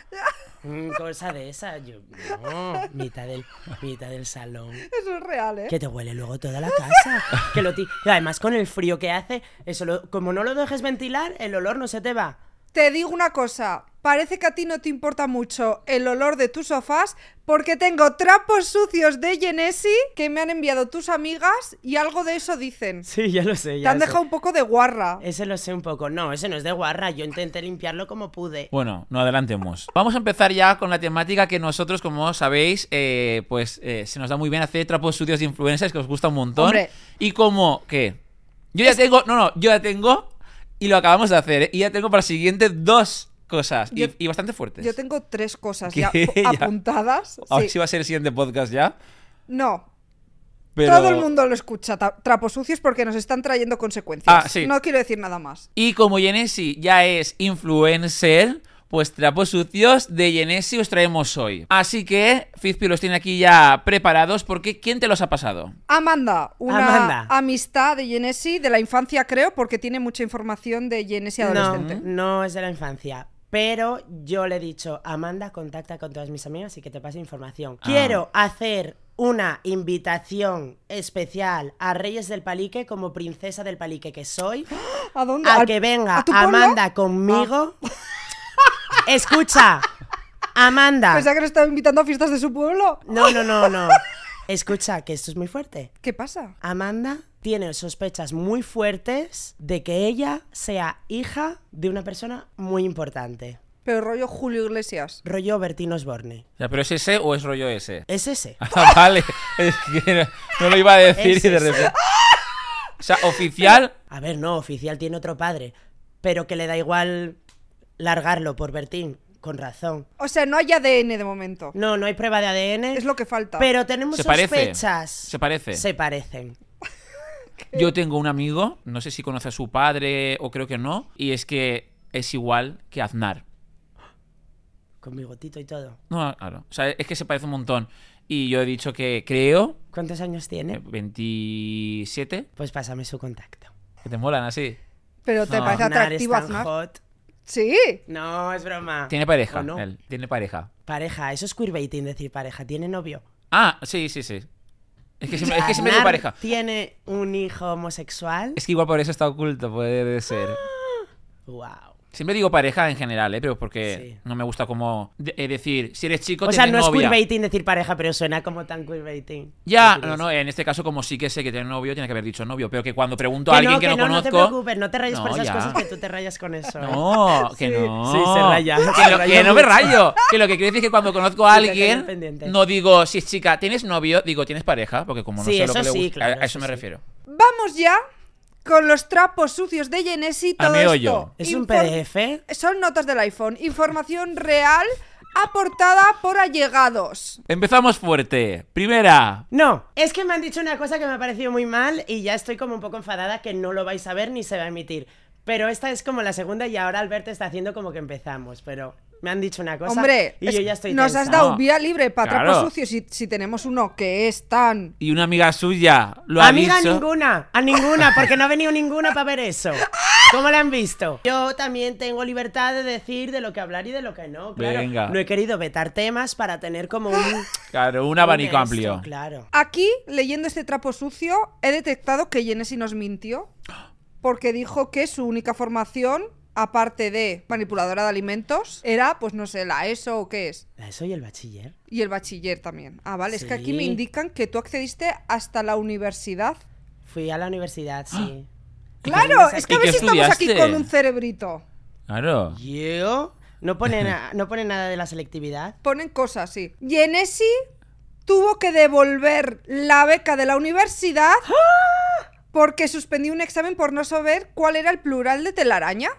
[SPEAKER 4] mm, Cosa de esa. Yo, no, mitad del, mitad del salón.
[SPEAKER 2] Eso es real, ¿eh?
[SPEAKER 4] Que te huele luego toda la casa. Que lo ti- y además con el frío que hace, eso lo- como no lo dejes ventilar, el olor no se te va.
[SPEAKER 2] Te digo una cosa, parece que a ti no te importa mucho el olor de tus sofás porque tengo trapos sucios de Genesi que me han enviado tus amigas y algo de eso dicen.
[SPEAKER 4] Sí, ya lo sé.
[SPEAKER 2] Te han dejado un poco de guarra.
[SPEAKER 3] Eh,
[SPEAKER 4] Ese lo sé un poco. No, ese no es de guarra. Yo intenté limpiarlo como pude.
[SPEAKER 3] Bueno, no adelantemos. Vamos a empezar ya con la temática que nosotros, como sabéis, eh, pues eh, se nos da muy bien hacer trapos sucios de influencers que os gusta un montón.
[SPEAKER 2] Hombre.
[SPEAKER 3] Y como que yo ya tengo, no, no, yo ya tengo y lo acabamos de hacer. ¿eh? Y ya tengo para el siguiente dos cosas y-
[SPEAKER 2] Yo-
[SPEAKER 3] y, bastante fuertes.
[SPEAKER 2] Yo tengo tres cosas
[SPEAKER 3] pues ¿Qué?
[SPEAKER 2] ya pu-
[SPEAKER 3] Ya.
[SPEAKER 2] apuntadas.
[SPEAKER 3] A ver
[SPEAKER 2] Sí.
[SPEAKER 3] si va a ser el siguiente podcast ya.
[SPEAKER 2] No,
[SPEAKER 3] Pero...
[SPEAKER 2] todo el mundo lo escucha, ta- trapos sucios, porque nos están trayendo consecuencias.
[SPEAKER 3] Ah, sí.
[SPEAKER 2] No quiero decir nada más.
[SPEAKER 3] Y como Genesi ya es influencer, pues trapos sucios de Genesi os traemos hoy. Así que Fizpi los tiene aquí ya preparados porque ¿quién te los ha pasado?
[SPEAKER 2] Amanda, una
[SPEAKER 4] Amanda.
[SPEAKER 2] amistad de Genesi, de la infancia creo, porque tiene mucha información de Genesi adolescente.
[SPEAKER 4] No, no es de la infancia. Pero yo le he dicho, Amanda, contacta con todas mis amigas y que te pase información.
[SPEAKER 3] Ah.
[SPEAKER 4] Quiero hacer una invitación especial a Reyes del Palique como princesa del Palique que soy,
[SPEAKER 2] ¿A dónde?
[SPEAKER 4] a
[SPEAKER 2] ¿Al-
[SPEAKER 4] que venga
[SPEAKER 2] a tu pueblo? Ah.
[SPEAKER 4] Amanda conmigo. Escucha, Amanda.
[SPEAKER 2] Pensaba que lo estaba invitando a fiestas de su pueblo.
[SPEAKER 4] No, no, no, no. Escucha, que esto es muy fuerte.
[SPEAKER 2] ¿Qué pasa?
[SPEAKER 4] Amanda tiene sospechas muy fuertes de que ella sea hija de una persona muy importante.
[SPEAKER 2] Pero rollo Julio Iglesias.
[SPEAKER 4] Rollo Bertino Osborne.
[SPEAKER 3] O sea, ¿Pero es ese o es rollo ese?
[SPEAKER 4] Es ese.
[SPEAKER 3] Ah, vale. Es que no, no lo iba a decir
[SPEAKER 4] Es
[SPEAKER 3] y de
[SPEAKER 4] ese.
[SPEAKER 3] repente. O sea, oficial.
[SPEAKER 4] A ver, no, oficial tiene otro padre, pero que le da igual largarlo por Bertín, con razón.
[SPEAKER 2] O sea, no hay ADN de momento.
[SPEAKER 4] No, no hay prueba de ADN.
[SPEAKER 2] Es lo que falta.
[SPEAKER 4] Pero tenemos
[SPEAKER 3] Se parece.
[SPEAKER 4] sospechas.
[SPEAKER 3] Se parece.
[SPEAKER 4] Se parecen.
[SPEAKER 3] Yo tengo un amigo, no sé si conoce a su padre o creo que no, y es que es igual que Aznar.
[SPEAKER 4] Con bigotito y todo.
[SPEAKER 3] No, claro. O sea, es que se parece un montón. Y yo he dicho que creo,
[SPEAKER 4] ¿Cuántos años
[SPEAKER 3] eh,
[SPEAKER 4] tiene?
[SPEAKER 3] 27,
[SPEAKER 4] Pues pásame su contacto.
[SPEAKER 3] que te molan así.
[SPEAKER 2] Pero te
[SPEAKER 3] No.
[SPEAKER 2] parece atractivo
[SPEAKER 4] Ah, es tan
[SPEAKER 2] Aznar.
[SPEAKER 4] hot.
[SPEAKER 2] Sí.
[SPEAKER 4] No, es broma.
[SPEAKER 3] Tiene pareja,
[SPEAKER 4] ¿O no?
[SPEAKER 3] él, tiene pareja.
[SPEAKER 4] Pareja, eso es queerbaiting decir pareja. Tiene novio.
[SPEAKER 3] Ah, sí, sí, sí. Es que siempre, es que siempre digo
[SPEAKER 4] Aznar
[SPEAKER 3] pareja.
[SPEAKER 4] Tiene un hijo homosexual.
[SPEAKER 3] Es que igual por eso está oculto, puede ser.
[SPEAKER 4] Wow.
[SPEAKER 3] Siempre digo pareja en general, ¿eh? Pero porque
[SPEAKER 4] Sí.
[SPEAKER 3] no me gusta como de- eh, decir, si eres chico,
[SPEAKER 4] O sea, no
[SPEAKER 3] tienes
[SPEAKER 4] es
[SPEAKER 3] novia.
[SPEAKER 4] queerbaiting decir pareja, pero suena como tan queerbaiting.
[SPEAKER 3] Ya,
[SPEAKER 4] Decir
[SPEAKER 3] no,
[SPEAKER 4] eso.
[SPEAKER 3] no, en este caso como sí que sé que tiene novio, tiene que haber dicho novio, pero que cuando pregunto
[SPEAKER 4] Que
[SPEAKER 3] a alguien que, no,
[SPEAKER 4] te
[SPEAKER 3] conozco...
[SPEAKER 4] preocupes, no te rayes por
[SPEAKER 3] No,
[SPEAKER 4] esas
[SPEAKER 3] ya.
[SPEAKER 4] cosas que tú te rayas con eso. ¿eh?
[SPEAKER 3] No, que
[SPEAKER 2] Sí.
[SPEAKER 3] no.
[SPEAKER 4] Sí, se raya,
[SPEAKER 3] Que,
[SPEAKER 4] se
[SPEAKER 3] lo-
[SPEAKER 4] raya
[SPEAKER 3] que no me
[SPEAKER 4] mucho.
[SPEAKER 3] rayo. Que lo que quiero decir es que cuando conozco a
[SPEAKER 4] Sí, te cayó el
[SPEAKER 3] alguien,
[SPEAKER 4] pendiente.
[SPEAKER 3] no digo, si es chica, ¿tienes novio? Digo, ¿tienes pareja? Porque como no
[SPEAKER 4] Sí,
[SPEAKER 3] sé lo
[SPEAKER 4] eso
[SPEAKER 3] que le
[SPEAKER 4] sí,
[SPEAKER 3] gusta...
[SPEAKER 4] claro,
[SPEAKER 3] a eso
[SPEAKER 4] eso
[SPEAKER 3] me
[SPEAKER 4] sí.
[SPEAKER 3] refiero.
[SPEAKER 2] Vamos ya con los trapos sucios de Genesi.
[SPEAKER 3] A
[SPEAKER 2] Todo
[SPEAKER 3] mí o
[SPEAKER 2] esto.
[SPEAKER 3] yo.
[SPEAKER 4] Es un
[SPEAKER 2] Inform-
[SPEAKER 4] PDF.
[SPEAKER 2] Son notas del iPhone. Información real aportada por allegados.
[SPEAKER 3] Empezamos fuerte. Primera.
[SPEAKER 4] No, es que me han dicho una cosa que me ha parecido muy mal y ya estoy como un poco enfadada que no lo vais a ver ni se va a emitir. Pero esta es como la segunda y ahora Alberto está haciendo como que empezamos, pero me han dicho una cosa
[SPEAKER 2] Hombre,
[SPEAKER 4] y
[SPEAKER 2] es-
[SPEAKER 4] yo ya estoy
[SPEAKER 2] nos
[SPEAKER 4] tensa.
[SPEAKER 2] has dado
[SPEAKER 3] No.
[SPEAKER 2] vía libre para trapos
[SPEAKER 3] Claro.
[SPEAKER 2] sucios si, si tenemos uno que es tan...
[SPEAKER 3] Y una amiga suya lo ha
[SPEAKER 4] Amiga,
[SPEAKER 3] dicho...
[SPEAKER 4] ninguna, a ninguna, porque no ha venido ninguna para ver eso. ¿Cómo la han visto? Yo también tengo libertad de decir de lo que hablar y de lo que no, claro.
[SPEAKER 3] Venga.
[SPEAKER 4] No he querido vetar temas para tener como un...
[SPEAKER 3] Claro, un
[SPEAKER 4] un
[SPEAKER 3] abanico
[SPEAKER 4] esto,
[SPEAKER 3] amplio.
[SPEAKER 4] Claro.
[SPEAKER 2] Aquí, leyendo este trapo sucio, he detectado que Genesi nos mintió porque dijo que su única formación, aparte de manipuladora de alimentos, era, pues no sé, la ESO o qué es.
[SPEAKER 4] Eso y el bachiller.
[SPEAKER 2] Y el bachiller también. Ah, vale, es que aquí
[SPEAKER 4] Sí.
[SPEAKER 2] me indican que tú accediste hasta la universidad.
[SPEAKER 4] Fui a la universidad, sí.
[SPEAKER 3] ¡Ah!
[SPEAKER 2] Claro, es que a
[SPEAKER 3] ¿Y qué
[SPEAKER 2] ver si estamos aquí
[SPEAKER 3] estudiaste?
[SPEAKER 2] con un cerebrito.
[SPEAKER 3] Claro.
[SPEAKER 4] Yo no pone, na- no pone nada de la selectividad.
[SPEAKER 2] Ponen cosas, sí. Genesi tuvo que devolver la beca de la universidad
[SPEAKER 3] ¡Ah!
[SPEAKER 2] porque suspendió un examen por no saber cuál era el plural de telaraña.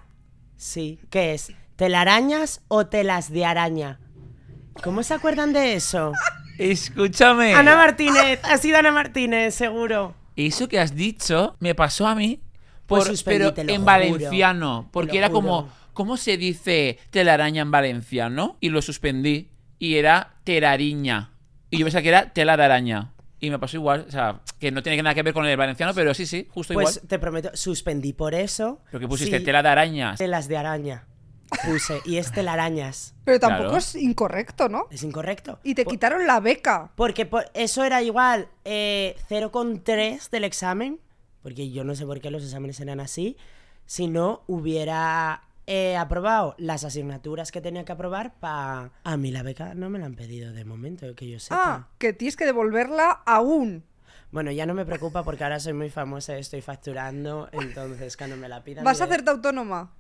[SPEAKER 4] Sí. ¿Qué es? ¿Telarañas o telas de araña? ¿Cómo se acuerdan de eso?
[SPEAKER 3] Escúchame.
[SPEAKER 4] Ana Martínez, ha sido Ana Martínez, seguro.
[SPEAKER 3] Eso que has dicho me pasó a mí,
[SPEAKER 4] Pues
[SPEAKER 3] por-
[SPEAKER 4] suspendí,
[SPEAKER 3] pero
[SPEAKER 4] te lo
[SPEAKER 3] en
[SPEAKER 4] juro.
[SPEAKER 3] valenciano,
[SPEAKER 4] Te
[SPEAKER 3] porque
[SPEAKER 4] lo
[SPEAKER 3] era
[SPEAKER 4] juro.
[SPEAKER 3] como, ¿cómo se dice telaraña en valenciano? Y lo suspendí, y era terariña. Y yo pensaba que era tela de araña. Y me pasó igual, o sea, que no tiene nada que ver con el valenciano, pero sí, sí, justo
[SPEAKER 4] Pues
[SPEAKER 3] igual.
[SPEAKER 4] te prometo, suspendí por eso.
[SPEAKER 3] Porque pusiste
[SPEAKER 4] Sí,
[SPEAKER 3] tela de araña.
[SPEAKER 4] telas de araña. Puse, y es telarañas.
[SPEAKER 2] Pero tampoco
[SPEAKER 3] Claro.
[SPEAKER 2] es incorrecto, ¿no?
[SPEAKER 4] Es incorrecto.
[SPEAKER 2] Y te
[SPEAKER 4] Po-
[SPEAKER 2] quitaron la beca.
[SPEAKER 4] Porque por- eso era igual eh, 0,3 del examen, porque yo no sé por qué los exámenes eran así, si no hubiera eh, aprobado las asignaturas que tenía que aprobar para... A mí la beca no me la han pedido de momento, que yo
[SPEAKER 2] Ah,
[SPEAKER 4] sepa.
[SPEAKER 2] que tienes que devolverla aún.
[SPEAKER 4] Bueno, ya no me preocupa porque ahora soy muy famosa y estoy facturando, entonces cuando me la pidan...
[SPEAKER 2] ¿Vas a
[SPEAKER 4] diré,
[SPEAKER 2] hacerte autónoma?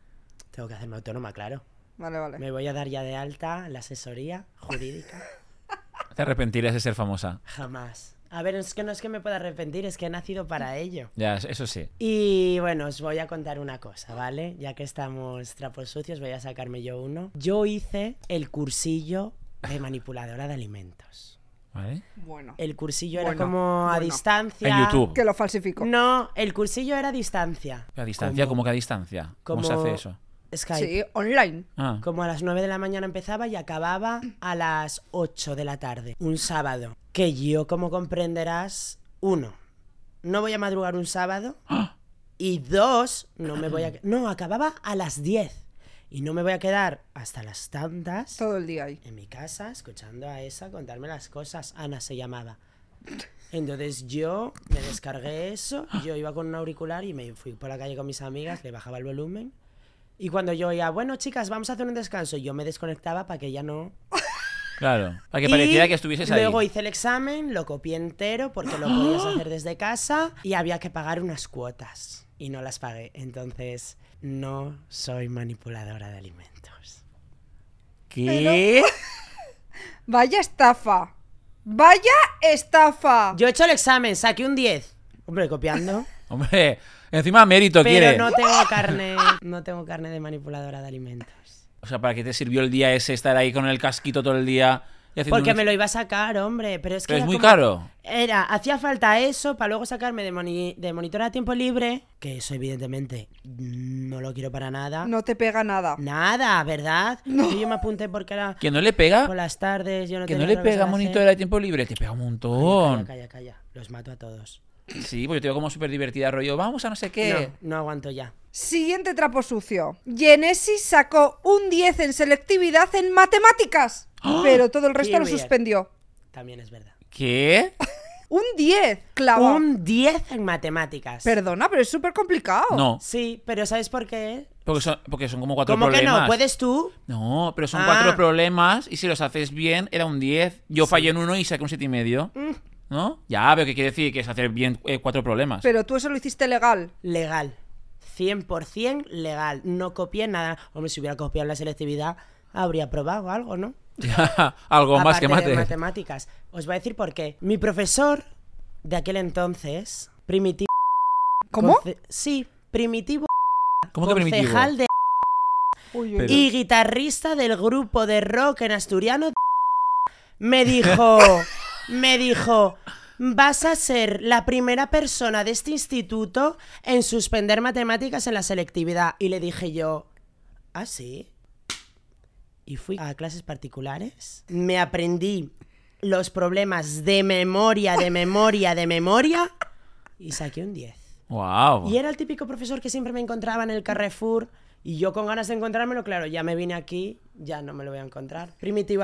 [SPEAKER 4] Tengo que hacerme autónoma, claro.
[SPEAKER 2] Vale, vale.
[SPEAKER 4] Me voy a dar ya de alta en la asesoría jurídica.
[SPEAKER 3] Te arrepentirás de ser famosa.
[SPEAKER 4] Jamás. A ver, es que no es que me pueda arrepentir, es que he nacido
[SPEAKER 2] Mm.
[SPEAKER 4] para ello.
[SPEAKER 3] Ya, eso sí.
[SPEAKER 4] Y bueno, os voy a contar una cosa, ¿vale? Ya que estamos trapos sucios, voy a sacarme yo uno. Yo hice el cursillo de manipuladora de alimentos.
[SPEAKER 3] ¿Vale?
[SPEAKER 2] Bueno.
[SPEAKER 4] El cursillo era
[SPEAKER 2] Bueno,
[SPEAKER 4] como a
[SPEAKER 2] bueno.
[SPEAKER 4] distancia.
[SPEAKER 3] En YouTube.
[SPEAKER 2] Que lo falsifico.
[SPEAKER 4] No, el cursillo era a distancia.
[SPEAKER 3] ¿A distancia? ¿Cómo que a distancia? ¿Cómo se
[SPEAKER 4] como-
[SPEAKER 3] hace eso?
[SPEAKER 4] Skype.
[SPEAKER 2] Sí, online.
[SPEAKER 3] Ah.
[SPEAKER 4] Como a las 9 de la mañana empezaba y acababa a las 8 de la tarde, un sábado. Que yo, como comprenderás, uno, no voy a madrugar un sábado. Y dos, no me voy a... No, acababa a las 10. Y no me voy a quedar hasta las tantas
[SPEAKER 2] Todo el día ahí.
[SPEAKER 4] en mi casa escuchando a esa contarme las cosas. Ana se llamaba. Entonces yo me descargué eso, yo iba con un auricular y me fui por la calle con mis amigas, le bajaba el volumen. Y cuando yo oía, bueno chicas, vamos a hacer un descanso, yo me desconectaba para que ella no...
[SPEAKER 3] Claro. Para que
[SPEAKER 4] Y
[SPEAKER 3] pareciera que estuvieses ahí.
[SPEAKER 4] Luego hice el examen, lo copié entero porque lo podías hacer desde casa y había que pagar unas cuotas y no las pagué. Entonces no soy manipuladora de alimentos.
[SPEAKER 3] ¿Qué?
[SPEAKER 2] Vaya estafa. Vaya estafa.
[SPEAKER 4] Yo he hecho el examen, saqué un 10. Hombre, copiando.
[SPEAKER 3] Hombre, encima mérito quiere.
[SPEAKER 4] Pero no tengo carne, no tengo carne de manipuladora de alimentos.
[SPEAKER 3] O sea, ¿para qué te sirvió el día ese estar ahí con el casquito todo el día? y haciendo
[SPEAKER 4] Porque
[SPEAKER 3] un-
[SPEAKER 4] me lo iba a sacar, hombre, pero es que
[SPEAKER 3] Pero es
[SPEAKER 4] era
[SPEAKER 3] muy
[SPEAKER 4] como-
[SPEAKER 3] caro.
[SPEAKER 4] Era, hacía falta eso para luego sacarme de, moni- de monitor a tiempo libre, que eso evidentemente no lo quiero para nada.
[SPEAKER 2] No te pega nada.
[SPEAKER 4] Nada, ¿verdad? Y Yo me apunté porque era
[SPEAKER 3] Que no le pega,
[SPEAKER 4] por las tardes, yo no
[SPEAKER 3] que no
[SPEAKER 4] tenía
[SPEAKER 3] le
[SPEAKER 4] otra cosa
[SPEAKER 3] pega
[SPEAKER 4] que
[SPEAKER 3] monitor
[SPEAKER 4] hacer.
[SPEAKER 3] a tiempo libre, te pega un
[SPEAKER 4] Calla,
[SPEAKER 3] montón.
[SPEAKER 4] calla, calla, los mato a todos.
[SPEAKER 3] Sí, pues yo te veo como súper divertida, rollo, vamos a no sé qué.
[SPEAKER 4] No, no aguanto ya.
[SPEAKER 2] Siguiente trapo sucio. Genesis sacó un 10 en selectividad en matemáticas, pero todo el resto
[SPEAKER 4] ¡Ah!
[SPEAKER 2] lo
[SPEAKER 4] Qué weird.
[SPEAKER 2] suspendió.
[SPEAKER 4] También es verdad.
[SPEAKER 3] ¿Qué?
[SPEAKER 2] Un 10, clava.
[SPEAKER 4] Un 10 en matemáticas.
[SPEAKER 2] Perdona, pero es súper complicado.
[SPEAKER 3] No,
[SPEAKER 4] Sí, pero ¿sabes por qué?
[SPEAKER 3] porque son, porque son como cuatro
[SPEAKER 4] ¿Cómo que
[SPEAKER 3] problemas.
[SPEAKER 4] no? ¿Puedes tú?
[SPEAKER 3] No, pero son
[SPEAKER 4] Ah.
[SPEAKER 3] cuatro problemas y si los haces bien, era un 10. Yo fallé en uno y saqué un siete y medio.
[SPEAKER 4] Mm.
[SPEAKER 3] ¿No? Ya, pero que quiere decir que es hacer bien eh, cuatro problemas.
[SPEAKER 2] Pero tú eso lo hiciste legal.
[SPEAKER 4] Legal. 100% legal. No copié nada. Hombre, si hubiera copiado la selectividad, habría probado algo, ¿no?
[SPEAKER 3] Algo más que
[SPEAKER 4] Aparte de
[SPEAKER 3] mate.
[SPEAKER 4] matemáticas. Os voy a decir por qué. Mi profesor de aquel entonces, primitivo.
[SPEAKER 2] ¿Cómo?
[SPEAKER 4] conce- Sí, primitivo.
[SPEAKER 3] ¿Cómo que primitivo?
[SPEAKER 4] concejal de
[SPEAKER 2] Uy, uy,
[SPEAKER 3] Pero-
[SPEAKER 4] y guitarrista del grupo de rock en asturiano me dijo, me dijo, vas a ser la primera persona de este instituto en suspender matemáticas en la selectividad. Y le dije yo, ¿ah, sí? Y fui a clases particulares. Me aprendí los problemas de memoria, de memoria, de memoria. Y saqué un 10.
[SPEAKER 3] Wow.
[SPEAKER 4] Y era el típico profesor que siempre me encontraba en el Carrefour y yo con ganas de encontrármelo, claro, ya me vine aquí, ya no me lo voy a encontrar. Primitiva,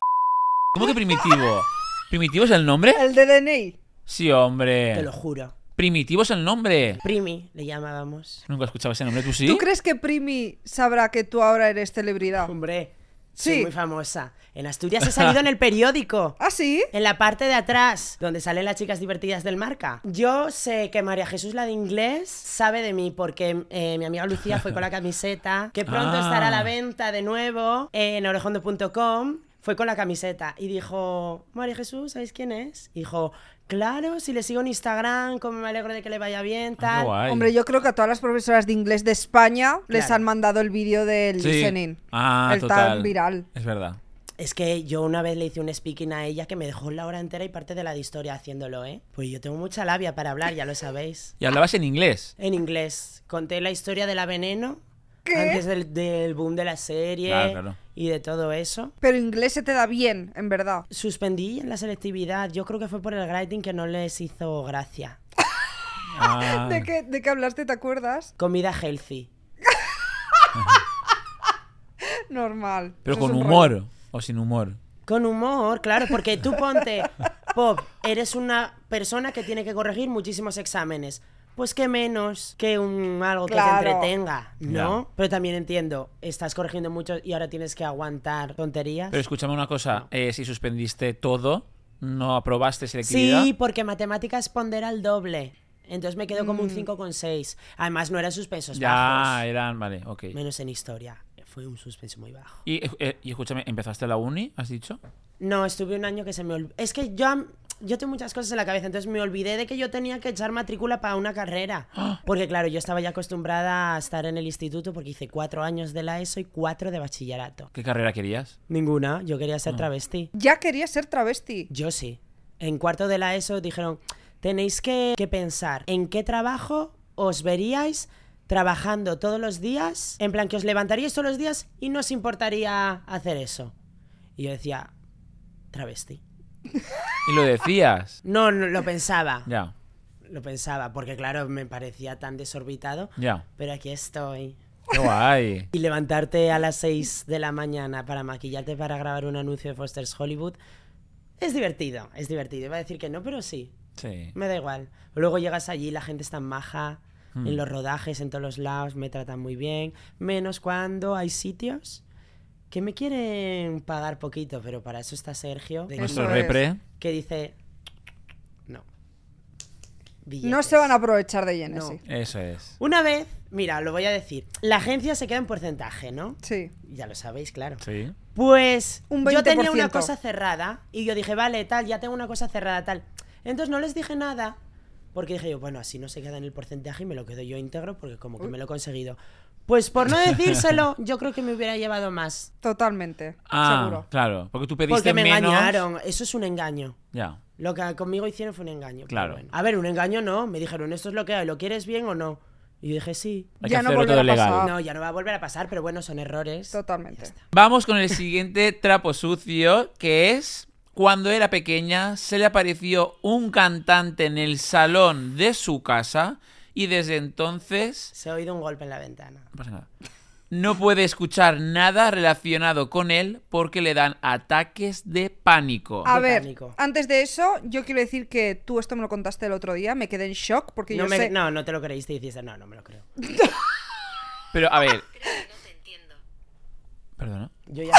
[SPEAKER 3] ¿Cómo que primitivo? ¿Primitivo es el nombre?
[SPEAKER 2] El de DNI.
[SPEAKER 3] Sí, hombre.
[SPEAKER 4] te lo juro.
[SPEAKER 3] Primitivo es el nombre.
[SPEAKER 4] Primi, le llamábamos.
[SPEAKER 3] Nunca he escuchado ese nombre, ¿tú sí?
[SPEAKER 2] ¿Tú crees que Primi sabrá que tú ahora eres celebridad?
[SPEAKER 4] Hombre,
[SPEAKER 2] Sí.
[SPEAKER 4] soy muy famosa. En Asturias he salido en el periódico.
[SPEAKER 2] ¿Ah, sí?
[SPEAKER 4] En la parte de atrás, donde salen las chicas divertidas del marca. Yo sé que María Jesús, la de inglés, sabe de mí porque eh, mi amiga Lucía fue con la camiseta, que pronto
[SPEAKER 3] Ah.
[SPEAKER 4] estará a la venta de nuevo en orejondo.com. Fue con la camiseta y dijo, María Jesús, ¿sabéis quién es? Y dijo, claro, si le sigo en Instagram, como me alegro de que le vaya bien,
[SPEAKER 3] Ah, qué
[SPEAKER 4] tal.
[SPEAKER 3] guay.
[SPEAKER 2] Hombre, yo creo que a todas las profesoras de inglés de España les
[SPEAKER 4] Claro.
[SPEAKER 2] han mandado el vídeo del
[SPEAKER 3] Sí.
[SPEAKER 2] listening.
[SPEAKER 3] Ah,
[SPEAKER 2] el
[SPEAKER 3] total.
[SPEAKER 2] tan viral.
[SPEAKER 3] Es verdad.
[SPEAKER 4] Es que yo una vez le hice un speaking a ella que me dejó la hora entera y parte de la de historia haciéndolo, ¿eh? Pues yo tengo mucha labia para hablar, ya lo sabéis.
[SPEAKER 3] Y hablabas en inglés.
[SPEAKER 4] En inglés. Conté la historia de la veneno.
[SPEAKER 2] ¿Qué?
[SPEAKER 4] Antes del, del boom de la serie
[SPEAKER 3] Claro, claro.
[SPEAKER 4] y de todo eso.
[SPEAKER 2] Pero inglés se te da bien, en verdad.
[SPEAKER 4] Suspendí en la selectividad. Yo creo que fue por el grading que no les hizo gracia.
[SPEAKER 3] Ah.
[SPEAKER 2] ¿De qué, ¿De qué hablaste? ¿Te acuerdas?
[SPEAKER 4] Comida healthy.
[SPEAKER 2] Normal.
[SPEAKER 3] Pero
[SPEAKER 2] Eso
[SPEAKER 3] con
[SPEAKER 2] es un
[SPEAKER 3] humor
[SPEAKER 2] rollo.
[SPEAKER 3] o sin humor.
[SPEAKER 4] Con humor, claro, porque tú ponte, Pop, eres una persona que tiene que corregir muchísimos exámenes. Pues qué menos que un algo que
[SPEAKER 2] Claro.
[SPEAKER 4] te entretenga, ¿no?
[SPEAKER 3] Ya.
[SPEAKER 4] Pero también entiendo, estás corrigiendo mucho y ahora tienes que aguantar tonterías.
[SPEAKER 3] Pero escúchame una cosa, eh, si suspendiste todo, no aprobaste selectividad.
[SPEAKER 4] Sí, porque matemáticas pondera el doble. Entonces me quedo como un 5,6. Además, no eran suspensos
[SPEAKER 3] Mm. ya
[SPEAKER 4] bajos.
[SPEAKER 3] eran, vale, ok.
[SPEAKER 4] Menos en historia. Fue un suspenso muy bajo.
[SPEAKER 3] Y, eh, y escúchame, ¿empezaste la uni, has dicho?
[SPEAKER 4] No, estuve un año que se me olvidó. Es que yo, am- yo tengo muchas cosas en la cabeza, entonces me olvidé de que yo tenía que echar matrícula para una carrera. Porque claro, yo estaba ya acostumbrada a estar en el instituto porque hice cuatro años de la ESO y cuatro de bachillerato.
[SPEAKER 3] ¿Qué carrera querías?
[SPEAKER 4] Ninguna, yo quería
[SPEAKER 3] Ah.
[SPEAKER 4] ser travesti.
[SPEAKER 2] Ya quería ser travesti.
[SPEAKER 4] Yo sí. En cuarto de la ESO dijeron, tenéis que, que pensar en qué trabajo os veríais trabajando todos los días, en plan que os levantaríais todos los días y no os importaría hacer eso. Y yo decía, travesti.
[SPEAKER 3] Y lo decías.
[SPEAKER 4] No, no lo pensaba.
[SPEAKER 3] Ya,
[SPEAKER 4] Lo pensaba, porque claro, me parecía tan desorbitado.
[SPEAKER 3] ya.
[SPEAKER 4] Pero aquí estoy.
[SPEAKER 3] Qué guay.
[SPEAKER 4] Y levantarte a las 6 de la mañana para maquillarte para grabar un anuncio de Foster's Hollywood es divertido, es divertido. Iba a decir que no, pero sí,
[SPEAKER 3] Sí.
[SPEAKER 4] me da igual. Luego llegas allí, la gente está maja, en los rodajes, en todos los lados, me tratan muy bien. Menos cuando hay sitios que me quieren pagar poquito, pero para eso está Sergio, de-
[SPEAKER 2] Eso
[SPEAKER 3] Nuestro
[SPEAKER 2] es.
[SPEAKER 3] repre.
[SPEAKER 4] que dice: No.
[SPEAKER 2] No
[SPEAKER 4] Billetes".
[SPEAKER 2] se van a aprovechar de Genesis.
[SPEAKER 3] Eso es.
[SPEAKER 4] Una vez, mira, lo voy a decir. La agencia se queda en porcentaje, ¿no?
[SPEAKER 2] Sí.
[SPEAKER 4] Ya lo sabéis, claro.
[SPEAKER 3] Sí.
[SPEAKER 4] Pues
[SPEAKER 2] Un
[SPEAKER 4] yo tenía una
[SPEAKER 2] 20%.
[SPEAKER 4] cosa cerrada y yo dije, vale, tal, ya tengo una cosa cerrada, tal. Entonces no les dije nada porque dije yo, bueno, así no se queda en el porcentaje y me lo quedo yo íntegro porque como que me lo he conseguido. Pues por no decírselo, yo creo que me hubiera llevado más.
[SPEAKER 2] Totalmente.
[SPEAKER 3] Ah,
[SPEAKER 2] Seguro.
[SPEAKER 3] claro. Porque tú pediste
[SPEAKER 4] Porque me
[SPEAKER 3] menos.
[SPEAKER 4] engañaron. Eso es un engaño.
[SPEAKER 3] Ya.
[SPEAKER 4] Lo que conmigo hicieron fue un engaño. pero
[SPEAKER 3] Claro.
[SPEAKER 4] bueno. A ver, un engaño no. Me dijeron, esto es lo que hay, ¿lo quieres bien o no? Y yo dije, sí.
[SPEAKER 3] Hay
[SPEAKER 2] Ya
[SPEAKER 3] que
[SPEAKER 2] no
[SPEAKER 3] hacerlo todo
[SPEAKER 2] volverá a
[SPEAKER 3] legal.
[SPEAKER 2] pasar. Ah.
[SPEAKER 4] No, ya no va a volver a pasar, pero bueno, son errores.
[SPEAKER 2] Totalmente.
[SPEAKER 3] Vamos con el siguiente trapo sucio, que es cuando era pequeña se le apareció un cantante en el salón de su casa y desde entonces
[SPEAKER 4] Se ha oído un golpe en la ventana.
[SPEAKER 3] no pasa nada. No puede escuchar nada relacionado con él porque le dan ataques de pánico.
[SPEAKER 2] A
[SPEAKER 4] Qué
[SPEAKER 2] ver,
[SPEAKER 4] pánico.
[SPEAKER 2] antes de eso, yo quiero decir que tú esto me lo contaste el otro día, me quedé en shock porque
[SPEAKER 4] No,
[SPEAKER 2] yo
[SPEAKER 4] me-
[SPEAKER 2] sé...
[SPEAKER 4] no, no te lo creíste y dijiste, no, no me lo creo.
[SPEAKER 3] Pero a ver. Perdona.
[SPEAKER 4] Yo ya.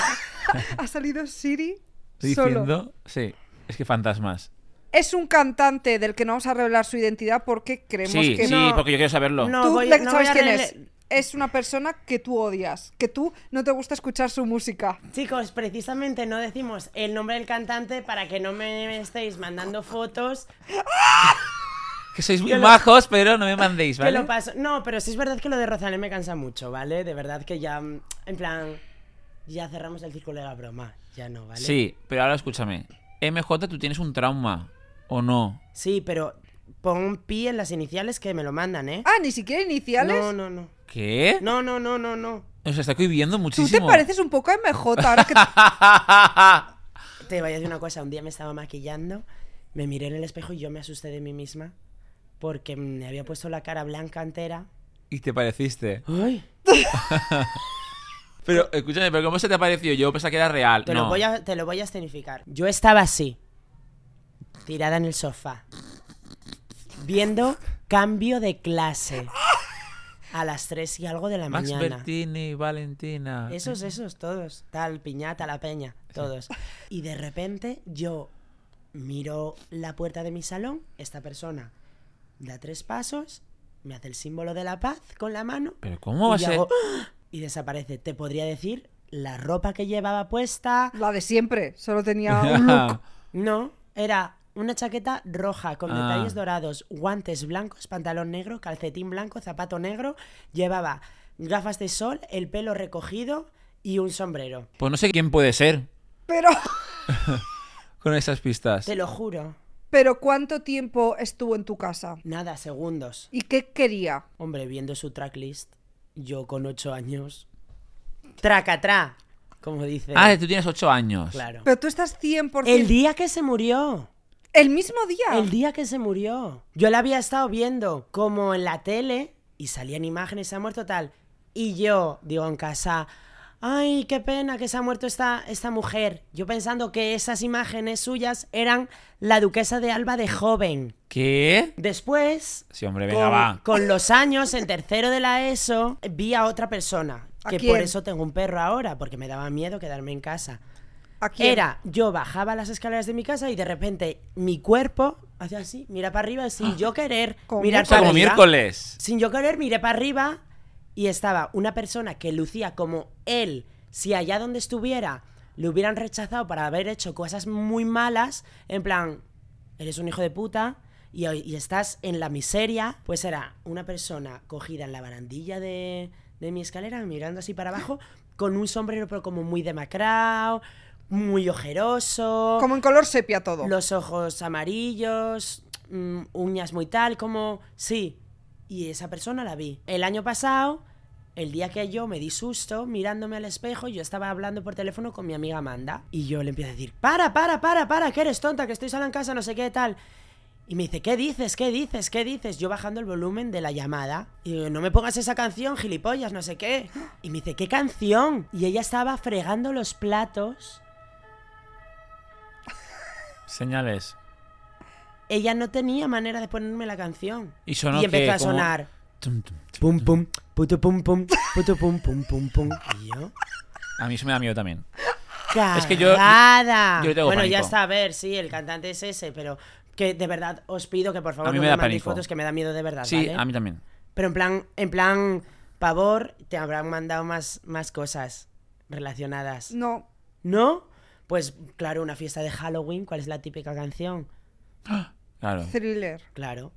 [SPEAKER 2] Ha salido Siri
[SPEAKER 3] Estoy
[SPEAKER 2] solo.
[SPEAKER 3] diciendo. Sí. Es que fantasmas.
[SPEAKER 2] Es un cantante del que no vamos a revelar su identidad porque creemos
[SPEAKER 3] Sí,
[SPEAKER 2] que
[SPEAKER 3] sí,
[SPEAKER 4] no.
[SPEAKER 3] porque yo quiero saberlo.
[SPEAKER 4] No.
[SPEAKER 2] tú
[SPEAKER 4] voy-
[SPEAKER 2] le-
[SPEAKER 4] no
[SPEAKER 2] sabes
[SPEAKER 4] voy a
[SPEAKER 2] quién es.
[SPEAKER 4] rele-
[SPEAKER 2] Es una persona que tú odias, que tú no te gusta escuchar su música.
[SPEAKER 4] Chicos, precisamente no decimos el nombre del cantante para que no me estéis mandando fotos.
[SPEAKER 3] Que sois muy
[SPEAKER 4] Que lo-
[SPEAKER 3] majos, pero no me mandéis, ¿vale?
[SPEAKER 4] Que lo paso. No, pero sí es verdad que lo de Rosalén me cansa mucho, ¿vale? De verdad que ya, mm, en plan, ya cerramos el círculo de la broma. Ya no, ¿vale?
[SPEAKER 3] Sí, pero ahora escúchame. MJ, tú tienes un trauma, ¿o no?
[SPEAKER 4] Sí, pero pon pi en las iniciales que me lo mandan, ¿eh?
[SPEAKER 2] Ah, ni siquiera iniciales.
[SPEAKER 4] No, no, no.
[SPEAKER 3] ¿Qué?
[SPEAKER 4] No, no, no, no, no.
[SPEAKER 3] Nos está cohibiendo
[SPEAKER 2] Tú
[SPEAKER 3] muchísimo.
[SPEAKER 2] te pareces un poco a MJ ahora que
[SPEAKER 4] Te voy a decir una cosa, un día me estaba maquillando, me miré en el espejo y yo me asusté de mí misma porque me había puesto la cara blanca entera.
[SPEAKER 3] y te pareciste.
[SPEAKER 4] ¡Ay!
[SPEAKER 3] Pero, escúchame, pero ¿cómo se te apareció? Yo pensaba que era real.
[SPEAKER 4] Te,
[SPEAKER 3] no.
[SPEAKER 4] lo voy a, te lo voy a escenificar. Yo estaba así, tirada en el sofá, viendo cambio de clase a las 3 y algo de la
[SPEAKER 3] Max
[SPEAKER 4] mañana.
[SPEAKER 3] Bertini, Valentina.
[SPEAKER 4] Esos, esos, todos. Tal, piñata, la peña, todos. Y de repente yo miro la puerta de mi salón, esta persona da tres pasos, me hace el símbolo de la paz con la mano
[SPEAKER 3] Pero ¿cómo va a
[SPEAKER 4] y,
[SPEAKER 3] ser?
[SPEAKER 4] hago ¡Ah! y desaparece. Te podría decir la ropa que llevaba puesta,
[SPEAKER 2] la de siempre, solo tenía un look.
[SPEAKER 4] No, era una chaqueta roja con
[SPEAKER 3] Ah.
[SPEAKER 4] detalles dorados, guantes blancos, pantalón negro, calcetín blanco, zapato negro, llevaba gafas de sol, el pelo recogido y un sombrero.
[SPEAKER 3] Pues no sé quién puede ser
[SPEAKER 2] Pero,
[SPEAKER 3] con esas pistas.
[SPEAKER 4] Te lo juro.
[SPEAKER 2] pero ¿cuánto tiempo estuvo en tu casa?
[SPEAKER 4] Nada, segundos.
[SPEAKER 2] ¿Y qué quería?
[SPEAKER 4] Hombre, viendo su tracklist, yo con ocho años. Tracatrá, como dice.
[SPEAKER 3] Ah, tú tienes ocho años.
[SPEAKER 4] claro.
[SPEAKER 2] Pero tú estás 100%...
[SPEAKER 4] El día que se murió.
[SPEAKER 2] ¿El mismo día.
[SPEAKER 4] El día que se murió. Yo la había estado viendo como en la tele y salían imágenes, se ha muerto tal. Y yo digo en casa, ay, qué pena que se ha muerto esta, esta mujer. Yo pensando que esas imágenes suyas eran la duquesa de Alba de joven.
[SPEAKER 3] ¿Qué?
[SPEAKER 4] Después,
[SPEAKER 3] Sí, hombre, venga,
[SPEAKER 4] con,
[SPEAKER 3] va.
[SPEAKER 4] con los años, en tercero de la ESO, vi a otra persona.
[SPEAKER 2] ¿A
[SPEAKER 4] Que
[SPEAKER 2] quién?
[SPEAKER 4] por eso tengo un perro ahora, porque me daba miedo quedarme en casa.
[SPEAKER 2] ¿A quién?
[SPEAKER 4] Era, yo bajaba las escaleras de mi casa y de repente mi cuerpo hacía así, mira para arriba, sin
[SPEAKER 2] Ah.
[SPEAKER 4] yo querer
[SPEAKER 2] ¿Cómo?
[SPEAKER 4] mirar
[SPEAKER 3] O sea,
[SPEAKER 4] para
[SPEAKER 3] como
[SPEAKER 4] arriba.
[SPEAKER 3] miércoles.
[SPEAKER 4] Sin yo querer, miré para arriba y estaba una persona que lucía como él, si allá donde estuviera le hubieran rechazado para haber hecho cosas muy malas, en plan, eres un hijo de puta y, y estás en la miseria, pues era una persona cogida en la barandilla de, de mi escalera, mirando así para abajo, con un sombrero pero como muy demacrado, muy ojeroso
[SPEAKER 2] Como en color sepia todo.
[SPEAKER 4] los ojos amarillos, mm, uñas muy tal, como, sí, y esa persona la vi. El año pasado, el día que yo me di susto, mirándome al espejo, yo estaba hablando por teléfono con mi amiga Amanda. Y yo le empiezo a decir, para, para, para, para, que eres tonta, que estoy sola en casa, no sé qué tal. Y me dice, ¿qué dices? ¿Qué dices? ¿Qué dices? Yo bajando el volumen de la llamada. Y digo, no me pongas esa canción, gilipollas, no sé qué. Y me dice, ¿qué canción? Y ella estaba fregando los platos.
[SPEAKER 3] Señales.
[SPEAKER 4] Ella no tenía manera de ponerme la canción.
[SPEAKER 3] Y sonó
[SPEAKER 4] Y empezó
[SPEAKER 3] que
[SPEAKER 4] a
[SPEAKER 3] como-
[SPEAKER 4] sonar.
[SPEAKER 3] Tum, tum, tum.
[SPEAKER 4] Pum pum, puto pum pum, puto pum pum pum pum. Y yo.
[SPEAKER 3] A mí eso me da miedo también.
[SPEAKER 4] Cagada.
[SPEAKER 3] Es que yo- yo le tengo
[SPEAKER 4] bueno,
[SPEAKER 3] pánico.
[SPEAKER 4] ya está, a ver, sí, el cantante es ese, pero que de verdad os pido que por favor
[SPEAKER 3] A mí
[SPEAKER 4] no
[SPEAKER 3] me
[SPEAKER 4] me,
[SPEAKER 3] da
[SPEAKER 4] mandéis
[SPEAKER 3] pánico.
[SPEAKER 4] fotos que me da miedo de verdad,
[SPEAKER 3] Sí,
[SPEAKER 4] ¿vale?
[SPEAKER 3] a mí también.
[SPEAKER 4] Pero en plan, en plan pavor, te habrán mandado más, más cosas relacionadas.
[SPEAKER 2] No.
[SPEAKER 4] ¿No? Pues claro, una fiesta de Halloween, ¿cuál es la típica canción?
[SPEAKER 3] Claro.
[SPEAKER 2] Thriller.
[SPEAKER 4] Claro.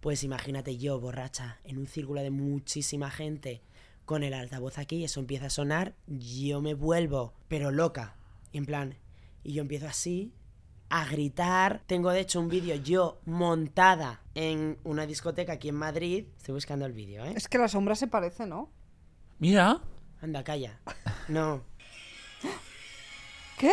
[SPEAKER 4] Pues imagínate yo, borracha, en un círculo de muchísima gente, con el altavoz aquí, eso empieza a sonar, yo me vuelvo, pero loca, en plan, y yo empiezo así, a gritar. Tengo de hecho un vídeo yo montada en una discoteca aquí en Madrid. Estoy buscando el vídeo, ¿eh?
[SPEAKER 2] Es que la sombra se parece, ¿no?
[SPEAKER 3] Mira.
[SPEAKER 4] Anda, calla. No.
[SPEAKER 2] ¿Qué?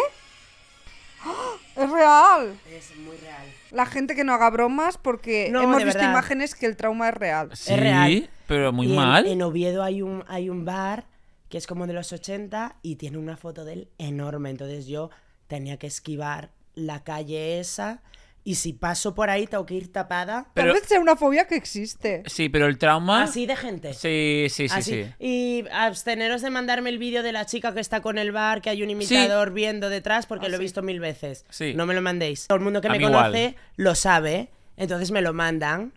[SPEAKER 2] ¡Ah! ¡Es real!
[SPEAKER 4] Es muy real.
[SPEAKER 2] La gente que no haga bromas porque
[SPEAKER 4] No,
[SPEAKER 2] hemos
[SPEAKER 4] de
[SPEAKER 2] visto
[SPEAKER 4] verdad.
[SPEAKER 2] imágenes que el trauma es real.
[SPEAKER 3] Sí,
[SPEAKER 4] real.
[SPEAKER 3] pero muy
[SPEAKER 4] Y en-
[SPEAKER 3] mal.
[SPEAKER 4] En, Oviedo hay un, hay un bar que es como de los 80 y tiene una foto de él enorme. Entonces yo tenía que esquivar la calle esa y si paso por ahí tengo que ir tapada.
[SPEAKER 3] Pero-
[SPEAKER 2] Tal vez sea una fobia que existe.
[SPEAKER 3] Sí, pero el trauma.
[SPEAKER 4] Así de gente.
[SPEAKER 3] Sí, sí, sí,
[SPEAKER 4] Así.
[SPEAKER 3] sí.
[SPEAKER 4] Y absteneros de mandarme el vídeo de la chica que está con el bar, que hay un imitador viendo detrás, porque lo he visto mil veces.
[SPEAKER 3] Ah, Sí.
[SPEAKER 4] No me lo mandéis. Todo el mundo que
[SPEAKER 3] A
[SPEAKER 4] me
[SPEAKER 3] mí igual.
[SPEAKER 4] conoce lo sabe, entonces me lo mandan,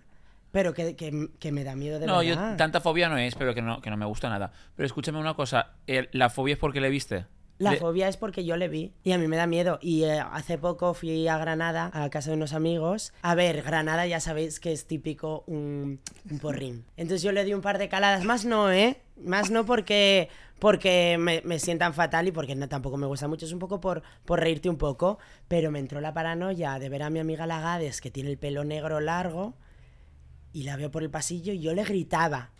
[SPEAKER 4] pero que, que- que me da miedo de
[SPEAKER 3] No, yo
[SPEAKER 4] verdad.
[SPEAKER 3] tanta fobia no es, pero que no, que no me gusta nada. Pero escúchame una cosa, el- la fobia es porque le viste.
[SPEAKER 4] La
[SPEAKER 3] Le-
[SPEAKER 4] fobia es porque yo le vi y a mí me da miedo. Y eh, hace poco fui a Granada, a casa de unos amigos. A ver, Granada ya sabéis que es típico un, un porrín. Entonces yo le di un par de caladas. Más no, ¿eh? Más no porque, porque me, me sientan fatal y porque no, tampoco me gusta mucho. Es un poco por, por reírte un poco. Pero me entró la paranoia de ver a mi amiga Lagades, que tiene el pelo negro largo, y la veo por el pasillo y yo le gritaba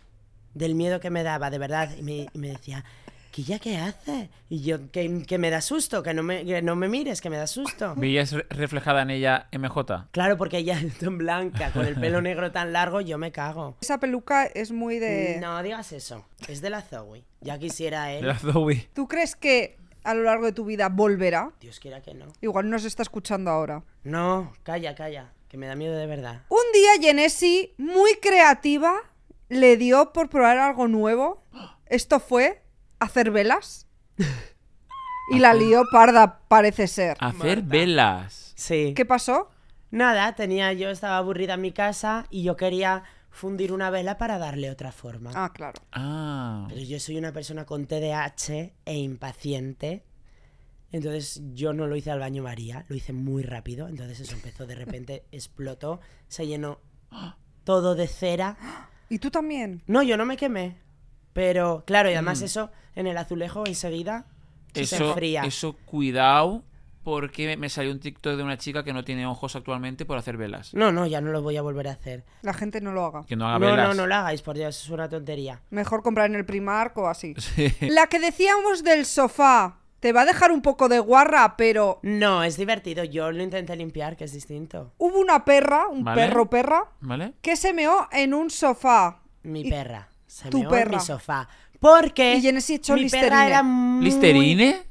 [SPEAKER 4] del miedo que me daba, de verdad. Y me, y me decía, ¿qué ya qué haces? Y yo, que, que me da susto, que no me, que no me mires, que me da susto.
[SPEAKER 3] ¿Veías re- reflejada en ella MJ?
[SPEAKER 4] Claro, porque ella es tan blanca, con el pelo negro tan largo, yo me cago.
[SPEAKER 2] Esa peluca es muy de...
[SPEAKER 4] No digas eso, es de la Zoe. Ya quisiera él.
[SPEAKER 3] La Zoe.
[SPEAKER 2] ¿Tú crees que a lo largo de tu vida volverá?
[SPEAKER 4] Dios quiera que no.
[SPEAKER 2] Igual nos está escuchando ahora.
[SPEAKER 4] No, calla, calla, que me da miedo de verdad.
[SPEAKER 2] Un día Genesi, muy creativa, le dio por probar algo nuevo. Esto fue hacer velas. Y la lió parda, parece ser.
[SPEAKER 3] Hacer velas.
[SPEAKER 4] Sí.
[SPEAKER 2] ¿Qué pasó?
[SPEAKER 4] Nada, tenía, yo estaba aburrida en mi casa y yo quería fundir una vela para darle otra forma.
[SPEAKER 2] Ah, claro.
[SPEAKER 3] Ah.
[SPEAKER 4] Pero yo soy una persona con TDAH e impaciente. Entonces yo no lo hice al baño María, lo hice muy rápido. Entonces eso empezó, de repente explotó, se llenó todo de cera.
[SPEAKER 2] ¿Y tú también?
[SPEAKER 4] No, yo no me quemé. Pero claro, y
[SPEAKER 2] Mm.
[SPEAKER 4] además eso en el azulejo enseguida se
[SPEAKER 3] Eso,
[SPEAKER 4] enfría.
[SPEAKER 3] eso, cuidado, porque me salió un TikTok de una chica que no tiene ojos actualmente por hacer velas.
[SPEAKER 4] No, no, ya no lo voy a volver a hacer.
[SPEAKER 2] La gente no lo haga.
[SPEAKER 3] Que no haga
[SPEAKER 4] No,
[SPEAKER 3] velas.
[SPEAKER 4] no, no lo hagáis, por Dios, es una tontería.
[SPEAKER 2] Mejor comprar en el Primark o así.
[SPEAKER 3] Sí.
[SPEAKER 2] La que decíamos del sofá. Te va a dejar un poco de guarra, pero
[SPEAKER 4] No, es divertido. Yo lo intenté limpiar, que es distinto.
[SPEAKER 2] hubo una perra, un
[SPEAKER 3] Vale.
[SPEAKER 2] perro perra,
[SPEAKER 3] ¿Vale?
[SPEAKER 2] que se meó en un sofá.
[SPEAKER 4] Mi
[SPEAKER 2] Y-
[SPEAKER 4] perra. Se
[SPEAKER 2] tu
[SPEAKER 4] meó en
[SPEAKER 2] perra.
[SPEAKER 4] mi sofá. Porque
[SPEAKER 2] Y Genesi echó
[SPEAKER 4] Eh, mi
[SPEAKER 2] Listerine.
[SPEAKER 4] perra era muy...
[SPEAKER 3] ¿Listerine?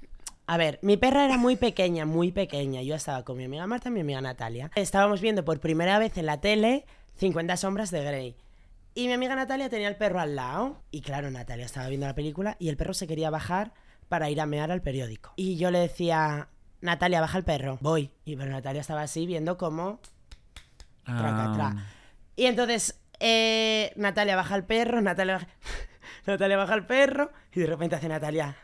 [SPEAKER 4] A ver, mi perra era muy pequeña, muy pequeña. Yo estaba con mi amiga Marta y mi amiga Natalia. Estábamos viendo por primera vez en la tele 50 sombras de Grey. Y mi amiga Natalia tenía el perro al lado. Y claro, Natalia estaba viendo la película y el perro se quería bajar para ir a mear al periódico. Y yo le decía, Natalia, baja el perro. Voy. Y pero Natalia estaba así viendo cómo Traca, tra.
[SPEAKER 3] Ah.
[SPEAKER 4] Y entonces, eh, Natalia baja al perro, Natalia baja, Natalia baja al perro, y de repente hace Natalia.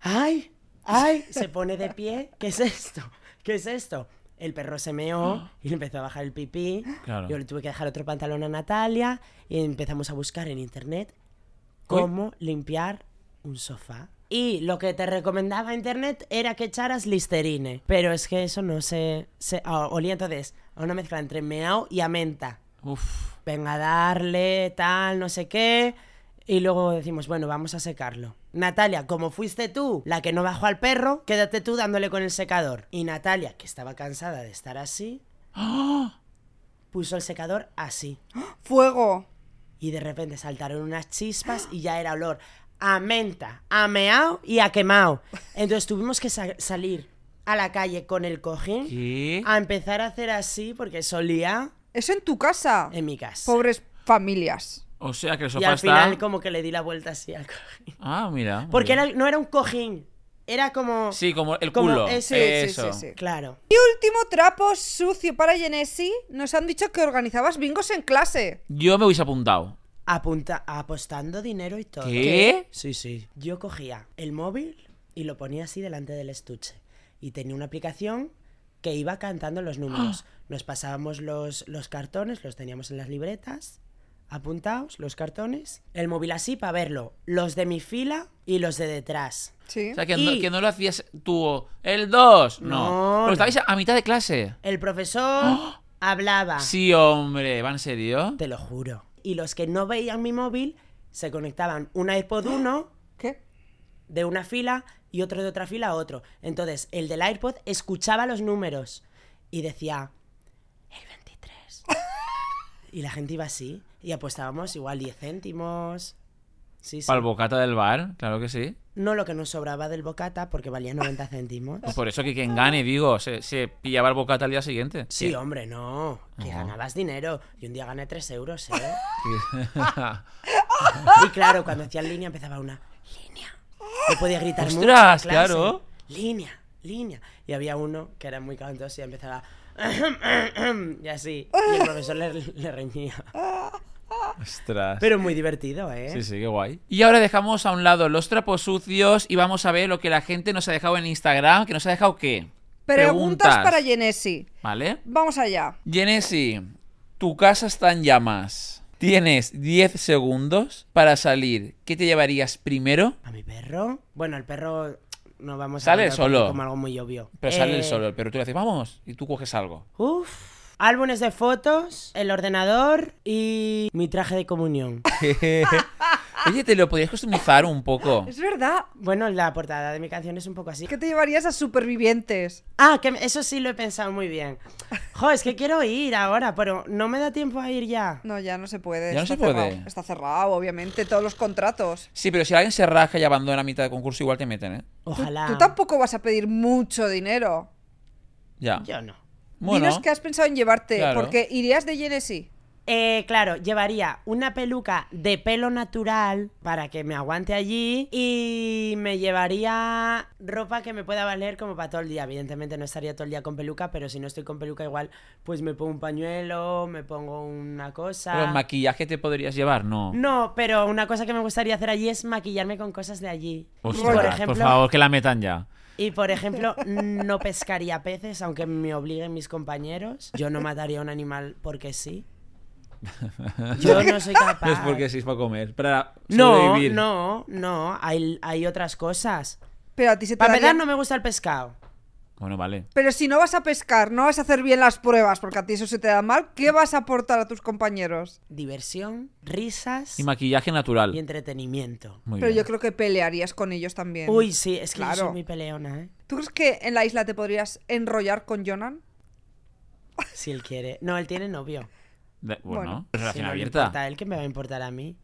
[SPEAKER 4] ¡Ay! ¡Ay! Se pone de pie. ¿Qué es esto? ¿Qué es esto? El perro se meó y le empezó a bajar el pipí.
[SPEAKER 3] Claro.
[SPEAKER 4] Yo le tuve que dejar otro pantalón a Natalia y empezamos a buscar en internet cómo limpiar un sofá. Y lo que te recomendaba internet era que echaras Listerine. Pero es que eso no se... se ah, olía entonces a una mezcla entre meao y a menta.
[SPEAKER 3] Uf.
[SPEAKER 4] venga, darle, tal, no sé qué. Y luego decimos, bueno, vamos a secarlo. Natalia, como fuiste tú la que no bajó al perro, quédate tú dándole con el secador. Y Natalia, que estaba cansada de estar así, puso el secador así.
[SPEAKER 2] Fuego.
[SPEAKER 4] Y de repente saltaron unas chispas y ya era olor a menta, a meao y a quemao. Entonces tuvimos que sa- salir a la calle con el cojín
[SPEAKER 3] ¿Qué?
[SPEAKER 4] a empezar a hacer así porque solía
[SPEAKER 2] Eso en tu casa.
[SPEAKER 4] en mi casa.
[SPEAKER 2] Pobres familias.
[SPEAKER 3] O sea que el
[SPEAKER 4] y
[SPEAKER 3] sofá
[SPEAKER 4] al final
[SPEAKER 3] está.
[SPEAKER 4] como que le di la vuelta así al cojín.
[SPEAKER 3] Ah, mira. muy
[SPEAKER 4] Porque
[SPEAKER 3] bien.
[SPEAKER 4] era- no era un cojín, era como...
[SPEAKER 3] Sí, como el
[SPEAKER 4] como
[SPEAKER 3] culo.
[SPEAKER 4] ese-
[SPEAKER 2] sí, sí,
[SPEAKER 3] Eso.
[SPEAKER 2] sí, sí.
[SPEAKER 4] Claro.
[SPEAKER 2] Y último trapo sucio para Genesi. Nos han dicho que organizabas bingos en clase.
[SPEAKER 3] Yo me hubiese apuntado.
[SPEAKER 4] Apunta, apostando dinero y todo.
[SPEAKER 3] ¿Qué?
[SPEAKER 4] Sí, sí. Yo cogía el móvil y lo ponía así delante del estuche. Y tenía una aplicación que iba cantando los números. Nos pasábamos los, los cartones, los teníamos en las libretas, apuntados, los cartones. El móvil así para verlo. Los de mi fila y los de detrás.
[SPEAKER 2] Sí.
[SPEAKER 3] O sea, que,
[SPEAKER 4] Y-
[SPEAKER 3] no, que no lo hacías tú. El 2. No.
[SPEAKER 4] No,
[SPEAKER 3] Pero
[SPEAKER 4] no.
[SPEAKER 3] estabais a- a mitad de clase.
[SPEAKER 4] El profesor hablaba.
[SPEAKER 3] Sí, hombre. ¿Va en serio?
[SPEAKER 4] Ah. Te lo juro. Y los que no veían mi móvil se conectaban un iPod 1
[SPEAKER 2] ¿Qué?
[SPEAKER 4] de una fila y otro de otra fila a otro. Entonces, el del iPod escuchaba los números y decía, el 23. y la gente iba así y apostábamos igual 10 céntimos. Sí, sí.
[SPEAKER 3] Para el bocata del bar, claro que sí.
[SPEAKER 4] No lo que nos sobraba del bocata porque valía 90 céntimos.
[SPEAKER 3] Pues por eso que quien gane, digo, se, se pillaba el bocata al día siguiente.
[SPEAKER 4] Sí, hombre, no. Que
[SPEAKER 3] Ajá.
[SPEAKER 4] ganabas dinero. Y un día gané 3 euros, ¿eh? Y claro, cuando hacían línea empezaba una línea. No podía gritar mucho. en
[SPEAKER 3] Ostras,
[SPEAKER 4] clase.
[SPEAKER 3] claro.
[SPEAKER 4] Línea, línea. Y había uno que era muy cantoso y empezaba. y así. Y el profesor le, le reñía.
[SPEAKER 3] Ostras.
[SPEAKER 4] Pero muy divertido, ¿eh?
[SPEAKER 3] Sí, sí, qué guay. Y ahora dejamos a un lado los trapos sucios y vamos a ver lo que la gente nos ha dejado en Instagram, que nos ha dejado qué.
[SPEAKER 2] Preguntas, para Genesi.
[SPEAKER 3] ¿Vale?
[SPEAKER 2] Vamos allá.
[SPEAKER 3] Genesi, tu casa está en llamas. Tienes 10 segundos para salir. ¿Qué te llevarías primero?
[SPEAKER 4] A mi perro. Bueno, el perro no vamos a.
[SPEAKER 3] Sale
[SPEAKER 4] contar
[SPEAKER 3] solo.
[SPEAKER 4] Como algo muy obvio.
[SPEAKER 3] Pero sale
[SPEAKER 4] Eh,
[SPEAKER 3] el solo, pero tú le dices, vamos, y tú coges algo.
[SPEAKER 4] Uf. Álbumes de fotos, el ordenador y mi traje de comunión.
[SPEAKER 3] Oye, te lo podrías customizar un poco.
[SPEAKER 2] Es verdad.
[SPEAKER 4] Bueno, la portada de mi canción es un poco así.
[SPEAKER 2] ¿Qué te llevarías a supervivientes?
[SPEAKER 4] Ah, que me- eso sí lo he pensado muy bien. Jo, es que quiero ir ahora, pero no me da tiempo a ir ya.
[SPEAKER 2] No, ya no se puede.
[SPEAKER 3] Ya no
[SPEAKER 2] está
[SPEAKER 3] se puede.
[SPEAKER 2] cerrado. Está cerrado, obviamente, todos los contratos.
[SPEAKER 3] Sí, pero si alguien se raja y abandona a mitad de concurso, igual te meten, ¿eh?
[SPEAKER 2] Tú,
[SPEAKER 4] Ojalá.
[SPEAKER 2] tú tampoco vas a pedir mucho dinero.
[SPEAKER 3] Ya.
[SPEAKER 4] Yo no.
[SPEAKER 2] Dinos qué has pensado en llevarte,
[SPEAKER 3] Claro.
[SPEAKER 2] porque irías de Genesi.
[SPEAKER 4] Eh, claro, llevaría una peluca de pelo natural para que me aguante allí y me llevaría ropa que me pueda valer como para todo el día. Evidentemente no estaría todo el día con peluca, pero si no estoy con peluca igual, pues me pongo un pañuelo, me pongo una cosa.
[SPEAKER 3] Pero maquillaje te podrías llevar, no.
[SPEAKER 4] no, pero una cosa que me gustaría hacer allí es maquillarme con cosas de allí.
[SPEAKER 3] Ostras,
[SPEAKER 4] por ejemplo,
[SPEAKER 3] favor, que la metan ya.
[SPEAKER 4] Y por ejemplo, no pescaría peces, aunque me obliguen mis compañeros. Yo no mataría a un animal porque sí. Yo no soy capaz.
[SPEAKER 3] No es porque sí es para comer, para
[SPEAKER 4] no,
[SPEAKER 3] sobrevivir.
[SPEAKER 4] no, no. Hay, hay otras cosas.
[SPEAKER 2] Pero a ti se te
[SPEAKER 4] Para
[SPEAKER 2] daría-
[SPEAKER 4] empezar, no me gusta el pescado.
[SPEAKER 3] Bueno, vale.
[SPEAKER 2] Pero si no vas a pescar, no vas a hacer bien las pruebas, porque a ti eso se te da mal,
[SPEAKER 3] Mm.
[SPEAKER 2] ¿qué vas a aportar a tus compañeros?
[SPEAKER 4] Diversión, risas
[SPEAKER 3] Y maquillaje natural.
[SPEAKER 4] y entretenimiento.
[SPEAKER 3] Muy
[SPEAKER 2] Pero
[SPEAKER 3] bien.
[SPEAKER 2] yo creo que pelearías con ellos también.
[SPEAKER 4] Uy, sí, es que yo
[SPEAKER 2] Claro.
[SPEAKER 4] soy muy peleona, ¿eh?
[SPEAKER 2] ¿Tú crees que en la isla te podrías enrollar con Jonan?
[SPEAKER 4] Si él quiere. No, él tiene novio.
[SPEAKER 3] De- bueno,
[SPEAKER 2] bueno.
[SPEAKER 4] Si
[SPEAKER 3] relación
[SPEAKER 4] no le importa
[SPEAKER 3] abierta.
[SPEAKER 4] a él, ¿qué me va a importar a mí?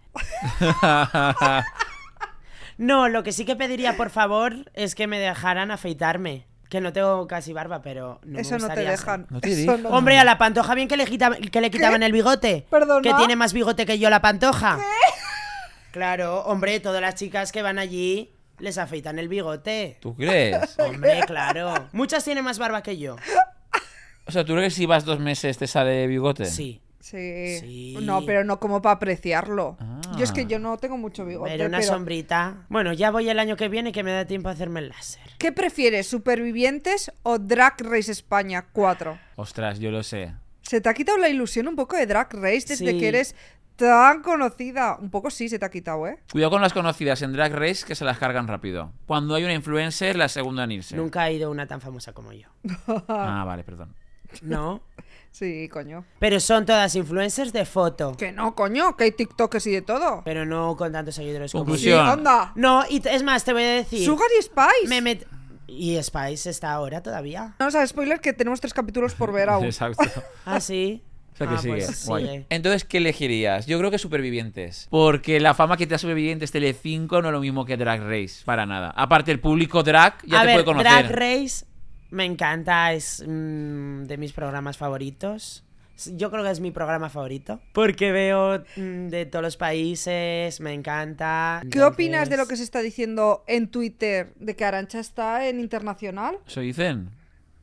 [SPEAKER 4] No, lo que sí que pediría, por favor, es que me dejaran afeitarme. Que no tengo casi barba, pero no me
[SPEAKER 2] eso no te
[SPEAKER 4] gustaría ser-
[SPEAKER 2] dejan.
[SPEAKER 3] No te
[SPEAKER 2] Eso
[SPEAKER 3] dejan.
[SPEAKER 2] no-
[SPEAKER 4] Hombre, a la pantoja bien que le, quita- que le quitaban el bigote.
[SPEAKER 2] ¿Perdona?
[SPEAKER 4] Que tiene más bigote que yo la pantoja. Claro, hombre, todas las chicas que van allí les afeitan el bigote.
[SPEAKER 3] ¿Tú crees?
[SPEAKER 4] Hombre, claro. Muchas tienen más barba que yo.
[SPEAKER 3] O sea, ¿tú crees que si vas dos meses te sale bigote?
[SPEAKER 4] Sí.
[SPEAKER 2] Sí.
[SPEAKER 4] Sí.
[SPEAKER 2] No, pero no como para apreciarlo.
[SPEAKER 3] Ah.
[SPEAKER 2] Yo es que yo no tengo mucho bigote.
[SPEAKER 4] Pero una
[SPEAKER 2] pero-
[SPEAKER 4] sombrita. Bueno, ya voy el año que viene que me da tiempo a hacerme el láser.
[SPEAKER 2] ¿Qué prefieres, Supervivientes o Drag Race España 4?
[SPEAKER 3] Ostras, yo lo sé.
[SPEAKER 2] ¿Se te ha quitado la ilusión un poco de Drag Race desde
[SPEAKER 4] Sí.
[SPEAKER 2] que eres tan conocida? Un poco sí se te ha quitado, ¿eh?
[SPEAKER 3] Cuidado con las conocidas en Drag Race que se las cargan rápido. Cuando hay una influencer, la segunda en irse.
[SPEAKER 4] Nunca ha ido una tan famosa como yo.
[SPEAKER 3] Ah, vale, perdón.
[SPEAKER 4] No.
[SPEAKER 2] Sí, coño.
[SPEAKER 4] Pero son todas influencers de foto.
[SPEAKER 2] Que no, coño, que hay TikTokers y de todo.
[SPEAKER 4] Pero no con tantos seguidores como
[SPEAKER 3] Conclusión.
[SPEAKER 2] Sí, anda.
[SPEAKER 4] No, y t- es más, te voy a decir.
[SPEAKER 2] Sugar y Spice.
[SPEAKER 4] me met- Y Spice está ahora todavía.
[SPEAKER 2] No, o sea, spoiler que tenemos tres capítulos por ver aún.
[SPEAKER 3] Exacto.
[SPEAKER 4] Ah, sí.
[SPEAKER 3] O sea que
[SPEAKER 4] Ah,
[SPEAKER 3] sigue.
[SPEAKER 4] pues
[SPEAKER 3] Guay.
[SPEAKER 4] sigue.
[SPEAKER 3] Entonces, ¿qué elegirías? Yo creo que Supervivientes. Porque la fama que te da Supervivientes Telecinco no es lo mismo que Drag Race. Para nada. Aparte, el público drag ya
[SPEAKER 4] a
[SPEAKER 3] te
[SPEAKER 4] ver,
[SPEAKER 3] puede conocer.
[SPEAKER 4] Drag Race me encanta, es mm, de mis programas favoritos. S- Yo creo que es mi programa favorito. Porque veo mm, de todos los países, me encanta.
[SPEAKER 2] ¿Qué opinas de lo que se está diciendo en Twitter de que Arancha está en internacional?
[SPEAKER 3] ¿Eso dicen?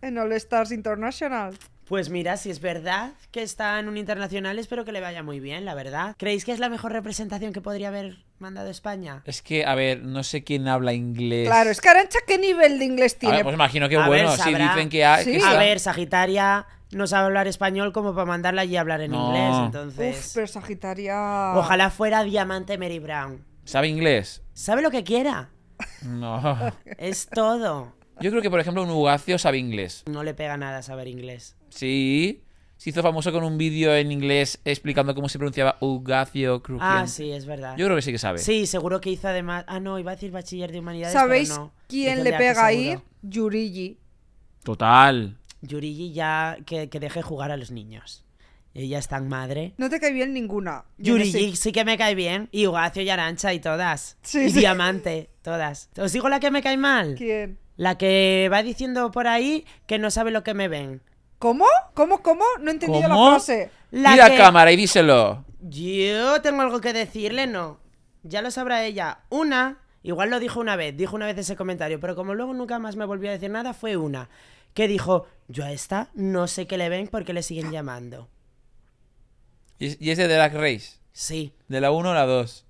[SPEAKER 2] En All Stars International.
[SPEAKER 4] Pues mira, si es verdad que está en un internacional, espero que le vaya muy bien, la verdad. ¿Creéis que es la mejor representación que podría haber mandado España?
[SPEAKER 3] Es que, a ver, no sé quién habla inglés.
[SPEAKER 2] Claro, es que Arancha, ¿qué nivel de inglés
[SPEAKER 3] A
[SPEAKER 2] tiene?
[SPEAKER 3] ver, pues imagino que
[SPEAKER 4] A ver,
[SPEAKER 3] bueno. si
[SPEAKER 4] sabrá.
[SPEAKER 3] dicen que. ha- que
[SPEAKER 2] Sí.
[SPEAKER 3] está-
[SPEAKER 4] A ver, Sagitaria no sabe hablar español como para mandarla allí a hablar en
[SPEAKER 3] No.
[SPEAKER 4] inglés,
[SPEAKER 3] Uf,
[SPEAKER 4] entonces.
[SPEAKER 2] Uf, pero Sagitaria.
[SPEAKER 4] Ojalá fuera Diamante Mary Brown.
[SPEAKER 3] ¿Sabe inglés?
[SPEAKER 4] Sabe lo que quiera.
[SPEAKER 3] No.
[SPEAKER 4] Es todo.
[SPEAKER 3] Yo creo que, por ejemplo, un Ugacio sabe inglés.
[SPEAKER 4] No le pega nada saber inglés.
[SPEAKER 3] Sí. Se hizo famoso con un vídeo en inglés explicando cómo se pronunciaba Ugacio crujiente.
[SPEAKER 4] Ah, sí, es verdad.
[SPEAKER 3] Yo creo que sí que sabe.
[SPEAKER 4] Sí, seguro que hizo además. Ah, no, iba a decir bachiller de humanidades.
[SPEAKER 2] ¿Sabéis
[SPEAKER 4] pero no. Hizo
[SPEAKER 2] quién
[SPEAKER 4] el
[SPEAKER 2] le
[SPEAKER 4] de arte,
[SPEAKER 2] pega a ir?
[SPEAKER 4] seguro.
[SPEAKER 2] Yurigi.
[SPEAKER 3] Total.
[SPEAKER 4] Yurigi ya que, que deje jugar a los niños. Ella es tan madre.
[SPEAKER 2] No te cae bien ninguna. Yo no sé.
[SPEAKER 4] Yurigi sí que me cae bien. Y Ugacio y Arancha y todas.
[SPEAKER 2] Sí,
[SPEAKER 4] y
[SPEAKER 2] sí.
[SPEAKER 4] Diamante, todas. ¿Os digo la que me cae mal?
[SPEAKER 2] ¿Quién?
[SPEAKER 4] La que va diciendo por ahí que no sabe lo que me ven.
[SPEAKER 2] ¿Cómo? ¿Cómo? ¿Cómo? No he entendido
[SPEAKER 3] ¿Cómo?
[SPEAKER 2] la frase.
[SPEAKER 4] La
[SPEAKER 3] Mira
[SPEAKER 4] que-
[SPEAKER 3] a cámara y díselo.
[SPEAKER 4] Yo tengo algo que decirle, no. Ya lo sabrá ella. Una, igual lo dijo una vez, dijo una vez ese comentario, pero como luego nunca más me volvió a decir nada, fue una que dijo, yo a esta no sé qué le ven porque le siguen llamando.
[SPEAKER 3] Y es- y es de Drag Race.
[SPEAKER 4] Sí.
[SPEAKER 3] De la 1 a la 2.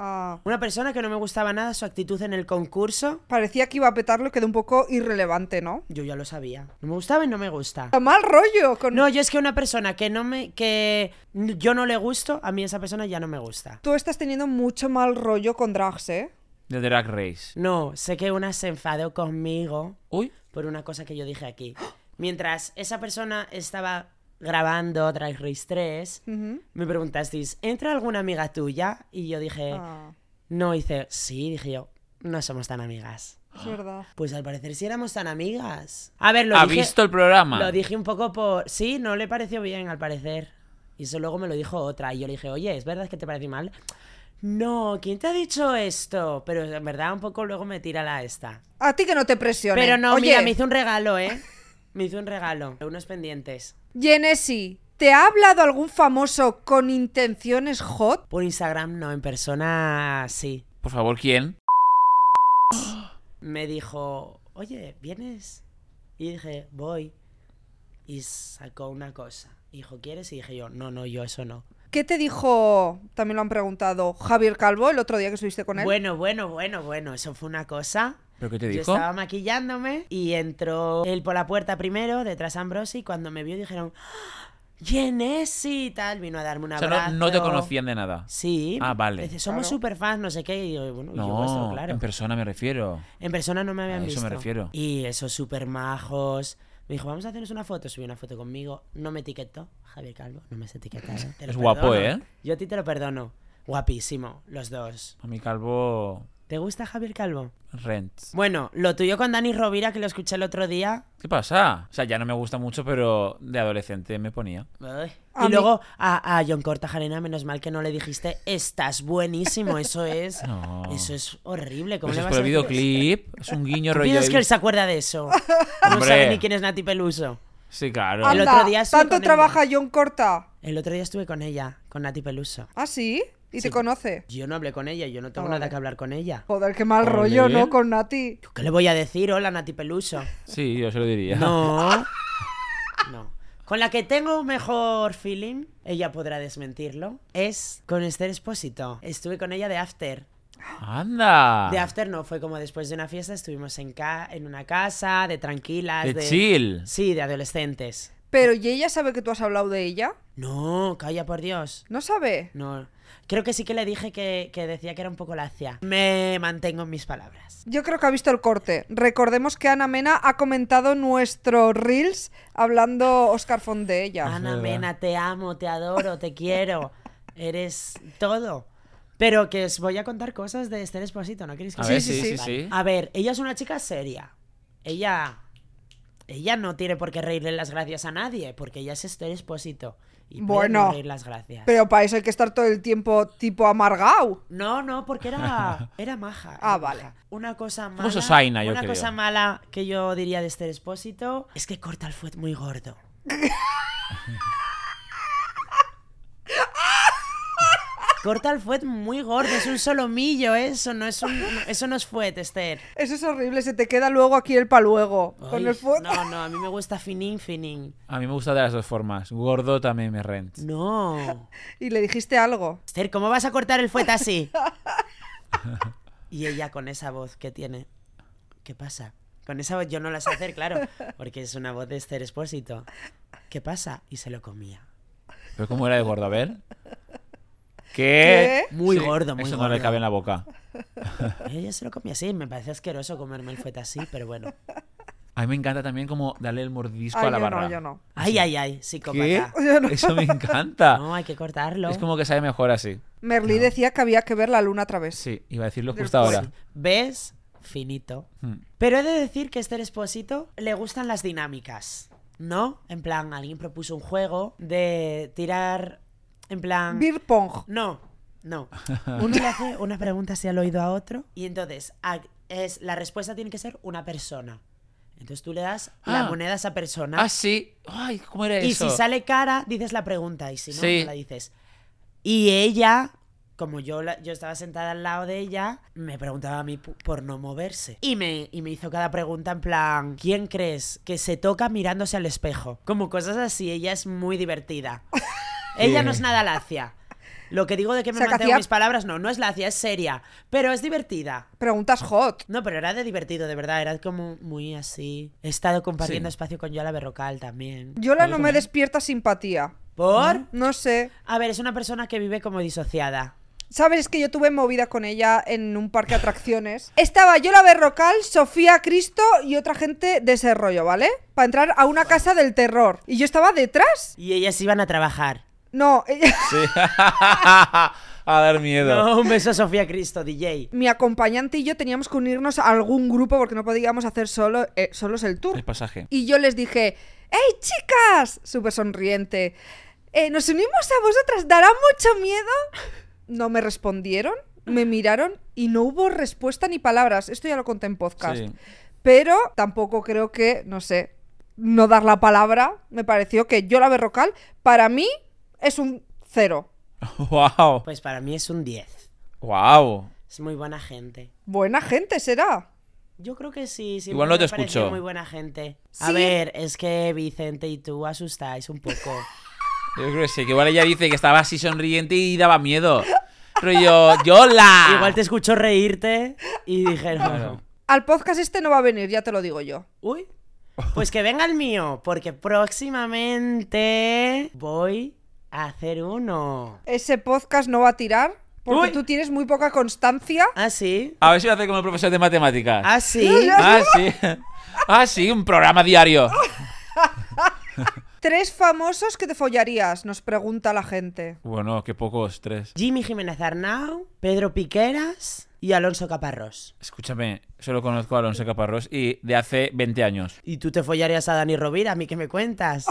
[SPEAKER 2] Ah,
[SPEAKER 4] Una persona que no me gustaba nada su actitud en el concurso,
[SPEAKER 2] parecía que iba a petarlo, quedó un poco irrelevante, ¿no?
[SPEAKER 4] yo ya lo sabía. No me gustaba y no me gusta.
[SPEAKER 2] A mal rollo. Con...
[SPEAKER 4] No, yo es que una persona que no me que yo no le gusto, a mí esa persona ya no me gusta.
[SPEAKER 2] Tú estás teniendo mucho mal rollo con drags, ¿eh?
[SPEAKER 3] De Drag Race.
[SPEAKER 4] No, sé que una se enfadó conmigo
[SPEAKER 3] Uy.
[SPEAKER 4] por una cosa que yo dije aquí. Mientras esa persona estaba grabando Drag Race 3,
[SPEAKER 2] Ujú.
[SPEAKER 4] me preguntasteis, ¿entra alguna amiga tuya? Y yo dije,
[SPEAKER 2] Ah,
[SPEAKER 4] no, hice, sí, dije yo, no somos tan amigas.
[SPEAKER 2] es verdad.
[SPEAKER 4] Pues al parecer sí éramos tan amigas. A ver, lo
[SPEAKER 3] ¿Ha
[SPEAKER 4] dije,
[SPEAKER 3] visto el programa?
[SPEAKER 4] lo dije un poco por, sí, no le pareció bien al parecer. Y eso luego me lo dijo otra y yo le dije, oye, ¿es verdad que te parece mal? No, ¿quién te ha dicho esto? Pero en verdad un poco luego me tira la esta.
[SPEAKER 2] A ti que no te presiones.
[SPEAKER 4] Pero no,
[SPEAKER 2] Oye,
[SPEAKER 4] mira, me hizo un regalo, ¿eh? Me hizo un regalo. Unos pendientes.
[SPEAKER 2] Genesi, ¿te ha hablado algún famoso con intenciones hot?
[SPEAKER 4] Por Instagram no, en persona sí.
[SPEAKER 3] Por favor, ¿quién?
[SPEAKER 4] Me dijo, oye, ¿vienes? Y dije, voy. Y sacó una cosa. Y Dijo, ¿quieres? Y dije yo, no, no, yo eso no.
[SPEAKER 2] ¿Qué te dijo? También lo han preguntado Javier Calvo el otro día que estuviste con él.
[SPEAKER 4] Bueno, bueno, bueno, bueno, eso fue una cosa.
[SPEAKER 3] ¿Pero qué te
[SPEAKER 4] Yo
[SPEAKER 3] dijo?
[SPEAKER 4] estaba maquillándome y entró él por la puerta primero, detrás Ambrosi, y cuando me vio dijeron, ¡Ah! Genesi y tal, vino a darme una
[SPEAKER 3] O sea, no,
[SPEAKER 4] abrazo.
[SPEAKER 3] no te conocían de nada.
[SPEAKER 4] Sí.
[SPEAKER 3] Ah, vale.
[SPEAKER 4] Dice, somos
[SPEAKER 2] Claro.
[SPEAKER 4] super fans, no sé qué. Y digo, bueno, y yo vuestro,
[SPEAKER 3] No,
[SPEAKER 4] claro.
[SPEAKER 3] en
[SPEAKER 4] En,
[SPEAKER 3] persona me refiero.
[SPEAKER 4] persona no me habían
[SPEAKER 3] A eso
[SPEAKER 4] visto.
[SPEAKER 3] me refiero.
[SPEAKER 4] Y esos super majos. Me dijo, vamos a hacernos una foto. Subí una foto conmigo. No me etiquetó. Javier Calvo, no me has etiquetado. Te lo
[SPEAKER 3] Es guapo,
[SPEAKER 4] perdono.
[SPEAKER 3] ¿eh?
[SPEAKER 4] Yo a ti te lo perdono. Guapísimo, los dos.
[SPEAKER 3] A mi calvo
[SPEAKER 4] ¿Te gusta Javier Calvo?
[SPEAKER 3] Rents.
[SPEAKER 4] Bueno, lo tuyo con Dani Rovira, que lo escuché el otro día.
[SPEAKER 3] ¿Qué pasa? O sea, ya no me gusta mucho, pero de adolescente me ponía.
[SPEAKER 4] Ay.
[SPEAKER 2] A
[SPEAKER 4] Y
[SPEAKER 2] mí-
[SPEAKER 4] luego a, a John Cortajarena, menos mal que no le dijiste, estás buenísimo. Eso es.
[SPEAKER 3] No.
[SPEAKER 4] Eso es horrible. ¿Cómo
[SPEAKER 3] Pues
[SPEAKER 4] le
[SPEAKER 3] es
[SPEAKER 4] vas
[SPEAKER 3] por el
[SPEAKER 4] a decir eso?
[SPEAKER 3] videoclip. Es un guiño
[SPEAKER 4] ¿Tú
[SPEAKER 3] rollo.
[SPEAKER 4] piensas
[SPEAKER 3] he
[SPEAKER 4] que él
[SPEAKER 3] visto-
[SPEAKER 4] se acuerda de eso? No
[SPEAKER 3] Hombre.
[SPEAKER 4] sabe ni quién es Nati Peluso.
[SPEAKER 3] Sí, claro.
[SPEAKER 4] el
[SPEAKER 2] Anda,
[SPEAKER 4] otro día estuve
[SPEAKER 2] tanto
[SPEAKER 4] con él.
[SPEAKER 2] trabaja John Corta.
[SPEAKER 4] El otro día estuve con ella, con Nati Peluso.
[SPEAKER 2] ¿Ah, sí? ¿Y te conoce?
[SPEAKER 4] Yo no hablé con ella, yo no tengo
[SPEAKER 2] Ah,
[SPEAKER 4] nada
[SPEAKER 2] vale.
[SPEAKER 4] que hablar con ella.
[SPEAKER 2] Joder, qué mal
[SPEAKER 3] Ole.
[SPEAKER 2] rollo, ¿no? Con Nati.
[SPEAKER 4] ¿Qué le voy a decir? Hola, Nati Peluso.
[SPEAKER 3] Sí, yo se lo diría.
[SPEAKER 4] No. No. Con la que tengo mejor feeling, ella podrá desmentirlo, es con Esther Espósito. Estuve con ella de after.
[SPEAKER 3] ¡Anda!
[SPEAKER 4] De after no, fue como después de una fiesta, estuvimos en, ca- en una casa, de tranquilas.
[SPEAKER 3] De chill.
[SPEAKER 4] Sí, de adolescentes.
[SPEAKER 2] Pero ¿y ella sabe que tú has hablado de ella?
[SPEAKER 4] No, calla por Dios.
[SPEAKER 2] ¿No sabe?
[SPEAKER 4] No. Creo que sí que le dije que, que decía que era un poco lacia. Me mantengo en mis palabras.
[SPEAKER 2] Yo creo que ha visto el corte. Recordemos que Ana Mena ha comentado nuestro Reels hablando Oscar Font de ella.
[SPEAKER 4] Ana
[SPEAKER 3] verdad.
[SPEAKER 4] Mena, te amo, te adoro, te quiero. Eres todo. Pero que os voy a contar cosas de Esther Esposito, ¿no queréis que
[SPEAKER 3] A
[SPEAKER 4] os
[SPEAKER 3] ver,
[SPEAKER 2] sí,
[SPEAKER 3] sí,
[SPEAKER 2] sí,
[SPEAKER 3] sí, sí.
[SPEAKER 4] Vale. A ver, ella es una chica seria. Ella. Ella no tiene por qué reírle las gracias a nadie, porque ella es Esther Espósito. Y puede
[SPEAKER 2] Bueno,
[SPEAKER 4] no reír las gracias.
[SPEAKER 2] Pero para eso hay que estar todo el tiempo tipo amargado.
[SPEAKER 4] No, no, porque era, era maja. era
[SPEAKER 2] Ah,
[SPEAKER 4] maja.
[SPEAKER 2] vale.
[SPEAKER 4] Una cosa mala.
[SPEAKER 3] Como Sosaina, yo
[SPEAKER 4] una
[SPEAKER 3] creo.
[SPEAKER 4] cosa mala que yo diría de Esther Espósito es que corta el fuet muy gordo. corta el fuet muy gordo, es un solomillo eso, no es un, eso no es fuet, Esther.
[SPEAKER 2] Eso es horrible, se te queda luego aquí el paluego. Con
[SPEAKER 4] Ay,
[SPEAKER 2] el fuego.
[SPEAKER 4] No, no, a mí me gusta finín, finín.
[SPEAKER 3] A mí me gusta de las dos formas. Gordo también me rent.
[SPEAKER 4] No.
[SPEAKER 2] Y le dijiste algo.
[SPEAKER 4] Esther, ¿cómo vas a cortar el fuet así? y ella con esa voz que tiene. ¿Qué pasa? Con esa voz yo no la sé hacer, claro, porque es una voz de Esther Espósito. ¿Qué pasa? Y se lo comía.
[SPEAKER 3] Pero ¿cómo era de gordo? A ver. ¿Qué?
[SPEAKER 2] ¿Qué?
[SPEAKER 4] Muy gordo, muy
[SPEAKER 3] eso no
[SPEAKER 4] gordo.
[SPEAKER 3] le cabe en la boca.
[SPEAKER 4] Ella se lo comía así, me parece asqueroso comerme el fuet así, pero bueno.
[SPEAKER 3] A mí me encanta también como darle el mordisco
[SPEAKER 2] Ay,
[SPEAKER 3] a la
[SPEAKER 2] yo
[SPEAKER 3] barra.
[SPEAKER 2] no, yo no.
[SPEAKER 4] Ay, ay, ay,
[SPEAKER 3] ¿Qué?
[SPEAKER 4] psicópata.
[SPEAKER 2] Yo no.
[SPEAKER 3] Eso me encanta.
[SPEAKER 4] No, hay que cortarlo.
[SPEAKER 3] Es como que sabe mejor así.
[SPEAKER 2] Merlí decía que había que ver la luna otra vez.
[SPEAKER 3] Sí, iba a decirlo
[SPEAKER 2] Del
[SPEAKER 3] justo ahora.
[SPEAKER 2] fuet.
[SPEAKER 4] Pues, ¿Ves? Finito.
[SPEAKER 3] Hmm.
[SPEAKER 4] Pero he de decir que a Esther Espósito le gustan las dinámicas, ¿no? En plan, alguien propuso un juego de tirar. En plan.
[SPEAKER 2] Beer pong.
[SPEAKER 4] No, no. Uno le hace una pregunta así al oído a otro. Y entonces, a- es, la respuesta tiene que ser una persona. Entonces tú le das la
[SPEAKER 3] Ah.
[SPEAKER 4] moneda a esa persona.
[SPEAKER 3] Ah, sí. Ay, ¿cómo era
[SPEAKER 4] y
[SPEAKER 3] eso?
[SPEAKER 4] si sale cara, dices la pregunta. Y si no,
[SPEAKER 3] Sí.
[SPEAKER 4] no la dices. Y ella. Como yo, la- yo estaba sentada al lado de ella, me preguntaba a mí pu- por no moverse. Y me, y me hizo cada pregunta en plan, ¿quién crees que se toca mirándose al espejo? Como cosas así, ella es muy divertida. Ella no es nada lacia. Lo que digo de que
[SPEAKER 2] O
[SPEAKER 4] me
[SPEAKER 2] sea, que
[SPEAKER 4] mantengo
[SPEAKER 2] hacía-
[SPEAKER 4] mis palabras, no, no es lacia, es seria. Pero es divertida.
[SPEAKER 2] Preguntas hot.
[SPEAKER 4] No, pero era de divertido, de verdad. Era como muy así. He estado compartiendo
[SPEAKER 3] Sí.
[SPEAKER 4] espacio con Yola Berrocal también.
[SPEAKER 2] Yola no
[SPEAKER 3] Yo
[SPEAKER 2] me
[SPEAKER 3] también.
[SPEAKER 2] despierta simpatía.
[SPEAKER 4] ¿Por?
[SPEAKER 2] No sé.
[SPEAKER 4] ¿Mm? A ver, es una persona que vive como disociada.
[SPEAKER 2] Sabes es que yo tuve movida con ella en un parque de atracciones. Estaba Yola Berrocal, Sofía Cristo y otra gente de ese rollo, ¿vale? Para entrar a una casa del terror. Y yo estaba detrás.
[SPEAKER 4] Y ellas iban a trabajar.
[SPEAKER 2] No, ella-
[SPEAKER 3] Sí. a dar miedo.
[SPEAKER 4] No, un beso a Sofía Cristo, DJ.
[SPEAKER 2] mi acompañante y yo teníamos que unirnos a algún grupo porque no podíamos hacer solo, eh, solos el tour.
[SPEAKER 3] El pasaje.
[SPEAKER 2] Y yo les dije, ¡Hey chicas! Súper sonriente. "Eh, ¿Nos unimos a vosotras? ¿Dará mucho miedo? No me respondieron, me miraron y no hubo respuesta ni palabras. Esto ya lo conté en podcast.
[SPEAKER 3] Sí.
[SPEAKER 2] Pero tampoco creo que, no sé, no dar la palabra. Me pareció que yo la berrocal, para mí, es un cero.
[SPEAKER 3] Wow.
[SPEAKER 4] Pues para mí es un 10.
[SPEAKER 3] Wow.
[SPEAKER 4] Es muy buena gente.
[SPEAKER 2] Buena gente será.
[SPEAKER 4] Yo creo que sí, sí.
[SPEAKER 3] Igual no
[SPEAKER 4] me
[SPEAKER 3] te
[SPEAKER 4] pareció
[SPEAKER 3] escucho.
[SPEAKER 4] Muy buena gente. A
[SPEAKER 2] Sí.
[SPEAKER 4] ver, es que Vicente y tú asustáis un poco.
[SPEAKER 3] Yo creo que sí, que igual ella dice que estaba así sonriente y daba miedo. Pero yo, ¡Yola!
[SPEAKER 4] Igual te escucho reírte y dijeron,
[SPEAKER 3] Ah. Claro.
[SPEAKER 2] Al podcast este no va a venir, ya te lo digo yo.
[SPEAKER 4] uy, pues que venga el mío, porque próximamente voy a hacer uno.
[SPEAKER 2] Ese podcast no va a tirar porque
[SPEAKER 4] Uy.
[SPEAKER 2] tú tienes muy poca constancia.
[SPEAKER 4] ¿Ah, sí?
[SPEAKER 3] A ver si lo hace como el profesor de matemáticas.
[SPEAKER 4] ¿Ah, sí?
[SPEAKER 3] Ah, sí. Ah, sí, un programa diario.
[SPEAKER 2] Tres famosos que te follarías, nos pregunta la gente.
[SPEAKER 3] Bueno, qué pocos tres.
[SPEAKER 4] Jimmy Jiménez Arnau, Pedro Piqueras y Alonso Caparrós.
[SPEAKER 3] Escúchame, solo conozco a Alonso Caparrós y de hace 20 años.
[SPEAKER 4] ¿Y tú te follarías a Dani Rovira? ¿A mí qué me cuentas?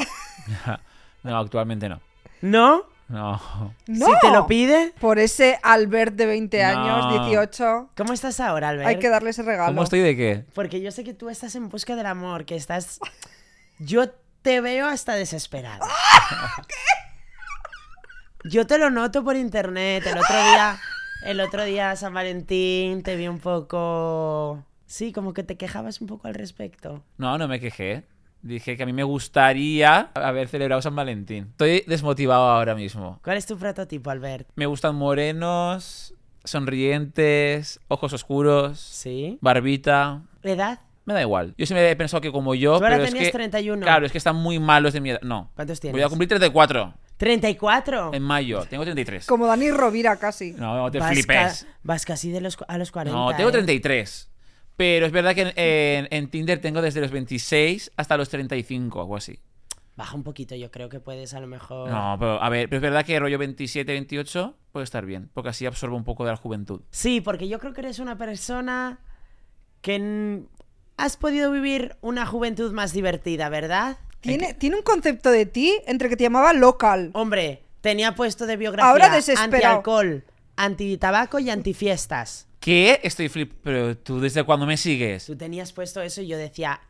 [SPEAKER 3] No, actualmente no.
[SPEAKER 4] ¿No?
[SPEAKER 3] No.
[SPEAKER 2] No.
[SPEAKER 4] ¿Si te lo pide?
[SPEAKER 2] Por ese Albert de 20
[SPEAKER 3] No.
[SPEAKER 2] años, 18.
[SPEAKER 4] ¿Cómo estás ahora, Albert?
[SPEAKER 2] Hay que darle ese
[SPEAKER 4] Ah,
[SPEAKER 2] regalo.
[SPEAKER 3] ¿Cómo estoy de qué?
[SPEAKER 4] Porque yo sé que tú estás en busca del amor, que estás... Yo te veo hasta desesperado. Yo te lo noto por internet. El otro día, el otro día San Valentín, te vi un poco... Sí, como que te quejabas un poco al respecto.
[SPEAKER 3] No, no me quejé. Dije que a mí me gustaría haber celebrado San Valentín. Estoy desmotivado ahora mismo.
[SPEAKER 4] ¿Cuál es tu prototipo, Albert?
[SPEAKER 3] Me gustan morenos, sonrientes, ojos oscuros,
[SPEAKER 4] ¿Sí?
[SPEAKER 3] barbita.
[SPEAKER 4] ¿Edad?
[SPEAKER 3] me da igual. Yo siempre he pensado que como yo.
[SPEAKER 4] Tú ahora
[SPEAKER 3] pero es
[SPEAKER 4] tenías
[SPEAKER 3] que,
[SPEAKER 4] 31.
[SPEAKER 3] Claro, es que están muy malos de mi edad. No.
[SPEAKER 4] ¿Cuántos
[SPEAKER 3] Voy a
[SPEAKER 4] tienes?
[SPEAKER 3] cumplir 34
[SPEAKER 4] ¿34?
[SPEAKER 3] en mayo. Tengo 33.
[SPEAKER 2] Como Dani Rovira casi.
[SPEAKER 3] No, no te
[SPEAKER 4] Vas
[SPEAKER 3] flipes.
[SPEAKER 4] ca- vas casi de los, cu- a los 40.
[SPEAKER 3] No, tengo
[SPEAKER 4] ¿eh?
[SPEAKER 3] 33. Pero es verdad que en, en- en Tinder tengo desde los 26 hasta los 35, algo así.
[SPEAKER 4] Baja un poquito, yo creo que puedes a lo mejor.
[SPEAKER 3] No, pero a ver, pero es verdad que rollo 27, 28 puede estar bien, porque así absorbo un poco de la juventud.
[SPEAKER 4] Sí, porque yo creo que eres una persona que n- has podido vivir una juventud más divertida, ¿verdad?
[SPEAKER 2] Tiene, tiene un concepto de ti entre que te llamaba local.
[SPEAKER 4] Hombre, tenía puesto de biografía
[SPEAKER 2] Ahora desesperado.
[SPEAKER 4] anti-alcohol, anti-tabaco y anti-fiestas.
[SPEAKER 3] ¿Qué? Estoy flip. Pero tú desde cuándo me sigues?
[SPEAKER 4] Tú tenías puesto eso y yo decía,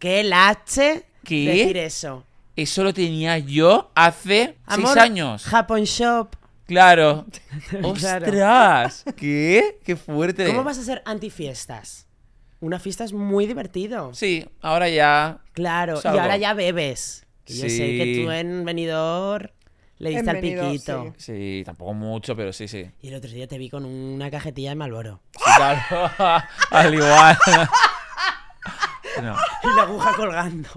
[SPEAKER 4] ¿qué lache
[SPEAKER 3] ¿Qué?
[SPEAKER 4] decir eso?
[SPEAKER 3] Eso lo tenía yo hace
[SPEAKER 4] Amor,
[SPEAKER 3] 6 años.
[SPEAKER 4] Japón Shop.
[SPEAKER 3] Claro.
[SPEAKER 4] Claro.
[SPEAKER 3] ¡Ostras! ¿Qué? ¡Qué fuerte!
[SPEAKER 4] ¿Cómo vas a ser anti-fiestas? Una fiesta es muy divertido.
[SPEAKER 3] Sí, ahora ya.
[SPEAKER 4] Claro,
[SPEAKER 3] Salgo.
[SPEAKER 4] y ahora ya bebes. Que Yo sé que
[SPEAKER 3] Sí.
[SPEAKER 4] tú en venidor le
[SPEAKER 2] En
[SPEAKER 4] diste al
[SPEAKER 2] Benidorm,
[SPEAKER 4] piquito.
[SPEAKER 2] sí.
[SPEAKER 3] Sí, tampoco mucho, pero sí, sí.
[SPEAKER 4] Y el otro día te vi con una cajetilla de Malboro.
[SPEAKER 3] Sí, claro. Al igual. No.
[SPEAKER 4] Y la aguja colgando.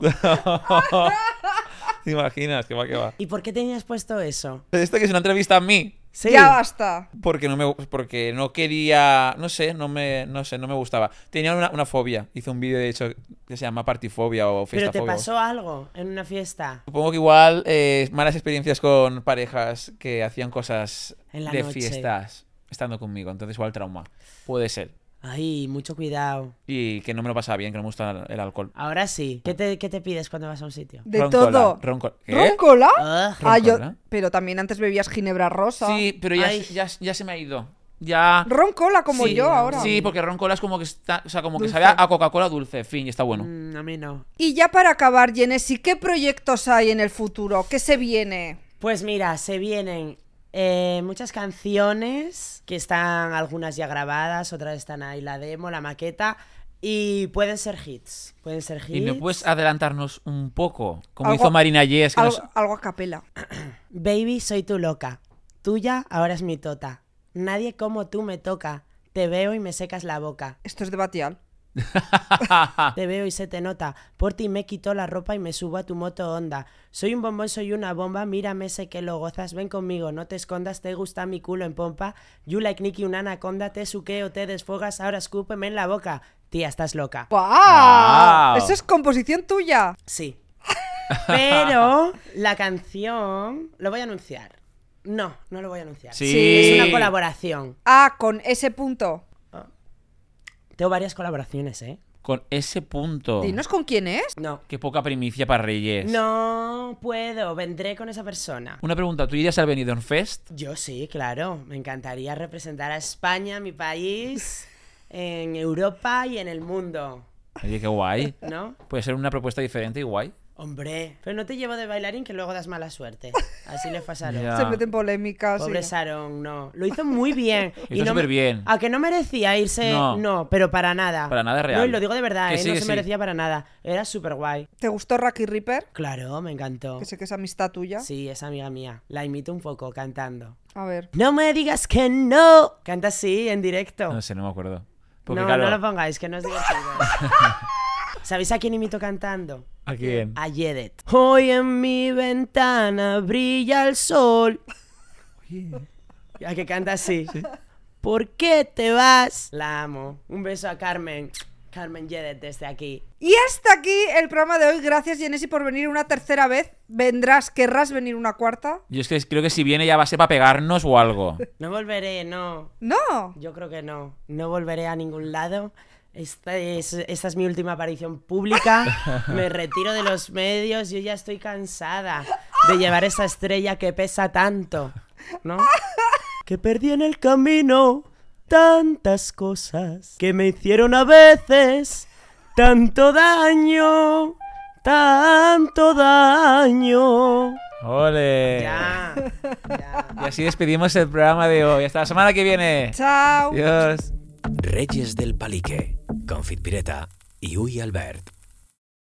[SPEAKER 3] ¿Te imaginas? Que va, que va.
[SPEAKER 4] ¿Y por qué tenías puesto eso?
[SPEAKER 3] Esto que es una entrevista a mí.
[SPEAKER 4] Sí.
[SPEAKER 2] Ya basta.
[SPEAKER 3] Porque no me porque no quería, no sé, no me no sé, no me gustaba. Tenía una, una fobia. Hice un vídeo de hecho que se llama partifobia o
[SPEAKER 4] Pero
[SPEAKER 3] fiesta
[SPEAKER 4] te pasó algo en una fiesta.
[SPEAKER 3] Supongo que igual eh, malas experiencias con parejas que hacían cosas
[SPEAKER 4] En la
[SPEAKER 3] de
[SPEAKER 4] noche.
[SPEAKER 3] fiestas estando conmigo, entonces igual trauma. Puede ser.
[SPEAKER 4] Ay, mucho cuidado.
[SPEAKER 3] Y que no me lo pasaba bien, que no me gusta el alcohol.
[SPEAKER 4] Ahora sí. ¿Qué te, qué te pides cuando vas a un sitio?
[SPEAKER 2] De
[SPEAKER 3] Roncola,
[SPEAKER 2] todo.
[SPEAKER 3] ronco- ¿Qué?
[SPEAKER 2] ¿Roncola?
[SPEAKER 4] Ah,
[SPEAKER 2] Ah, yo-
[SPEAKER 3] ¿Eh? Roncola.
[SPEAKER 2] pero también antes bebías ginebra rosa.
[SPEAKER 3] Sí, pero ya,
[SPEAKER 4] Ay.
[SPEAKER 3] ya, ya se me ha ido. Ya
[SPEAKER 2] Roncola como
[SPEAKER 3] Sí,
[SPEAKER 2] yo ahora.
[SPEAKER 3] Sí, porque roncola es como que está, o sea, como que
[SPEAKER 2] Dulce.
[SPEAKER 3] sabe a Coca-Cola dulce, fin, y está bueno.
[SPEAKER 4] mm, a mí no.
[SPEAKER 2] Y ya para acabar, Genesi, ¿qué proyectos hay en el futuro? ¿Qué se viene?
[SPEAKER 4] Pues mira, se vienen eh, muchas canciones que están algunas ya grabadas, otras están ahí la demo, la maqueta. Y pueden ser hits. Pueden ser hits.
[SPEAKER 3] ¿Y no puedes adelantarnos un poco? Como
[SPEAKER 2] Algo-
[SPEAKER 3] hizo Marina Yes, que
[SPEAKER 2] Al-
[SPEAKER 3] nos-
[SPEAKER 2] Algo a capela.
[SPEAKER 4] Baby, soy tu loca. Tuya, ahora es mi tota. Nadie como tú me toca. Te veo y me secas la boca.
[SPEAKER 2] Esto es de Batial.
[SPEAKER 4] Te veo y se te nota. Por ti me quito la ropa y me subo a tu moto onda. Soy un bombón, soy una bomba. Mírame, sé que lo gozas. Ven conmigo, no te escondas. Te gusta mi culo en pompa. You like Nicky, una anaconda. Te suqueo, te desfogas. Ahora escúpeme en la boca. Tía, estás loca.
[SPEAKER 2] ¡Guau!
[SPEAKER 3] Guau.
[SPEAKER 2] Eso es composición tuya.
[SPEAKER 4] Sí. Pero la canción. Lo voy a anunciar. No, no lo voy a anunciar.
[SPEAKER 3] Sí.
[SPEAKER 4] Es una colaboración.
[SPEAKER 2] Ah, con ese punto.
[SPEAKER 4] Tengo varias colaboraciones, ¿eh?
[SPEAKER 3] Con ese punto.
[SPEAKER 2] Dinos con quién es.
[SPEAKER 4] No.
[SPEAKER 3] Qué poca primicia para Reyes.
[SPEAKER 4] No puedo, vendré con esa persona.
[SPEAKER 3] Una pregunta, ¿tú irías al Benidorm Fest?
[SPEAKER 4] Yo sí, claro. Me encantaría representar a España, mi país, en Europa y en el mundo,
[SPEAKER 3] Oye, qué guay.
[SPEAKER 4] ¿no?
[SPEAKER 3] Puede ser una propuesta diferente y guay.
[SPEAKER 4] Hombre. Pero no te llevo de bailarín que luego das mala suerte. Así le pasaron.
[SPEAKER 3] Ya. Ah.
[SPEAKER 2] Se meten polémicas.
[SPEAKER 4] Pobre
[SPEAKER 2] sí.
[SPEAKER 4] Sarón, no. Lo hizo muy bien.
[SPEAKER 3] Lo hizo
[SPEAKER 4] no me- Ah,
[SPEAKER 3] superbién.
[SPEAKER 4] A que no merecía irse. No.
[SPEAKER 3] No.
[SPEAKER 4] pero para nada.
[SPEAKER 3] Para nada real.
[SPEAKER 4] No, y lo digo de verdad,
[SPEAKER 3] Que
[SPEAKER 4] ¿eh?
[SPEAKER 3] sí,
[SPEAKER 4] no
[SPEAKER 3] que
[SPEAKER 4] se
[SPEAKER 3] sí.
[SPEAKER 4] merecía para nada. Era súper guay.
[SPEAKER 2] ¿Te gustó Rocky Reaper?
[SPEAKER 4] Claro, me encantó.
[SPEAKER 2] Que sé que es amistad tuya.
[SPEAKER 4] Oh. Sí, es amiga mía. La imito un poco cantando.
[SPEAKER 2] A ver.
[SPEAKER 4] No me digas que no. Canta así, en directo.
[SPEAKER 3] No sé, no me acuerdo. Porque
[SPEAKER 4] No,
[SPEAKER 3] claro,
[SPEAKER 4] no lo pongáis, que no es divertido. ¿Sabéis a quién imito cantando?
[SPEAKER 3] ¿a quién?
[SPEAKER 4] A Yedet. Hoy en mi ventana brilla el sol. A que canta así. ¿Por qué te vas? La amo. Un beso a Carmen. Carmen Yedet desde aquí.
[SPEAKER 2] Y hasta aquí el programa de hoy. Gracias, Genesi, por venir una tercera vez. Vendrás, querrás venir una cuarta.
[SPEAKER 3] Yo es que creo que si viene ya va a ser para pegarnos o algo.
[SPEAKER 4] No volveré, no.
[SPEAKER 2] No.
[SPEAKER 4] Yo creo que no. No volveré a ningún lado. Esta es, esta es mi última aparición pública. Me retiro de los medios. Yo ya estoy cansada de llevar esa estrella que pesa tanto. ¿No? Que perdí en el camino tantas cosas que me hicieron a veces tanto daño. Tanto daño.
[SPEAKER 3] ¡Ole!
[SPEAKER 4] Ya, ya.
[SPEAKER 3] Y así despedimos el programa de hoy. Hasta la semana que viene.
[SPEAKER 2] Chao.
[SPEAKER 3] Adiós.
[SPEAKER 1] Reyes del Palique, Confit Pireta y Uy Albert.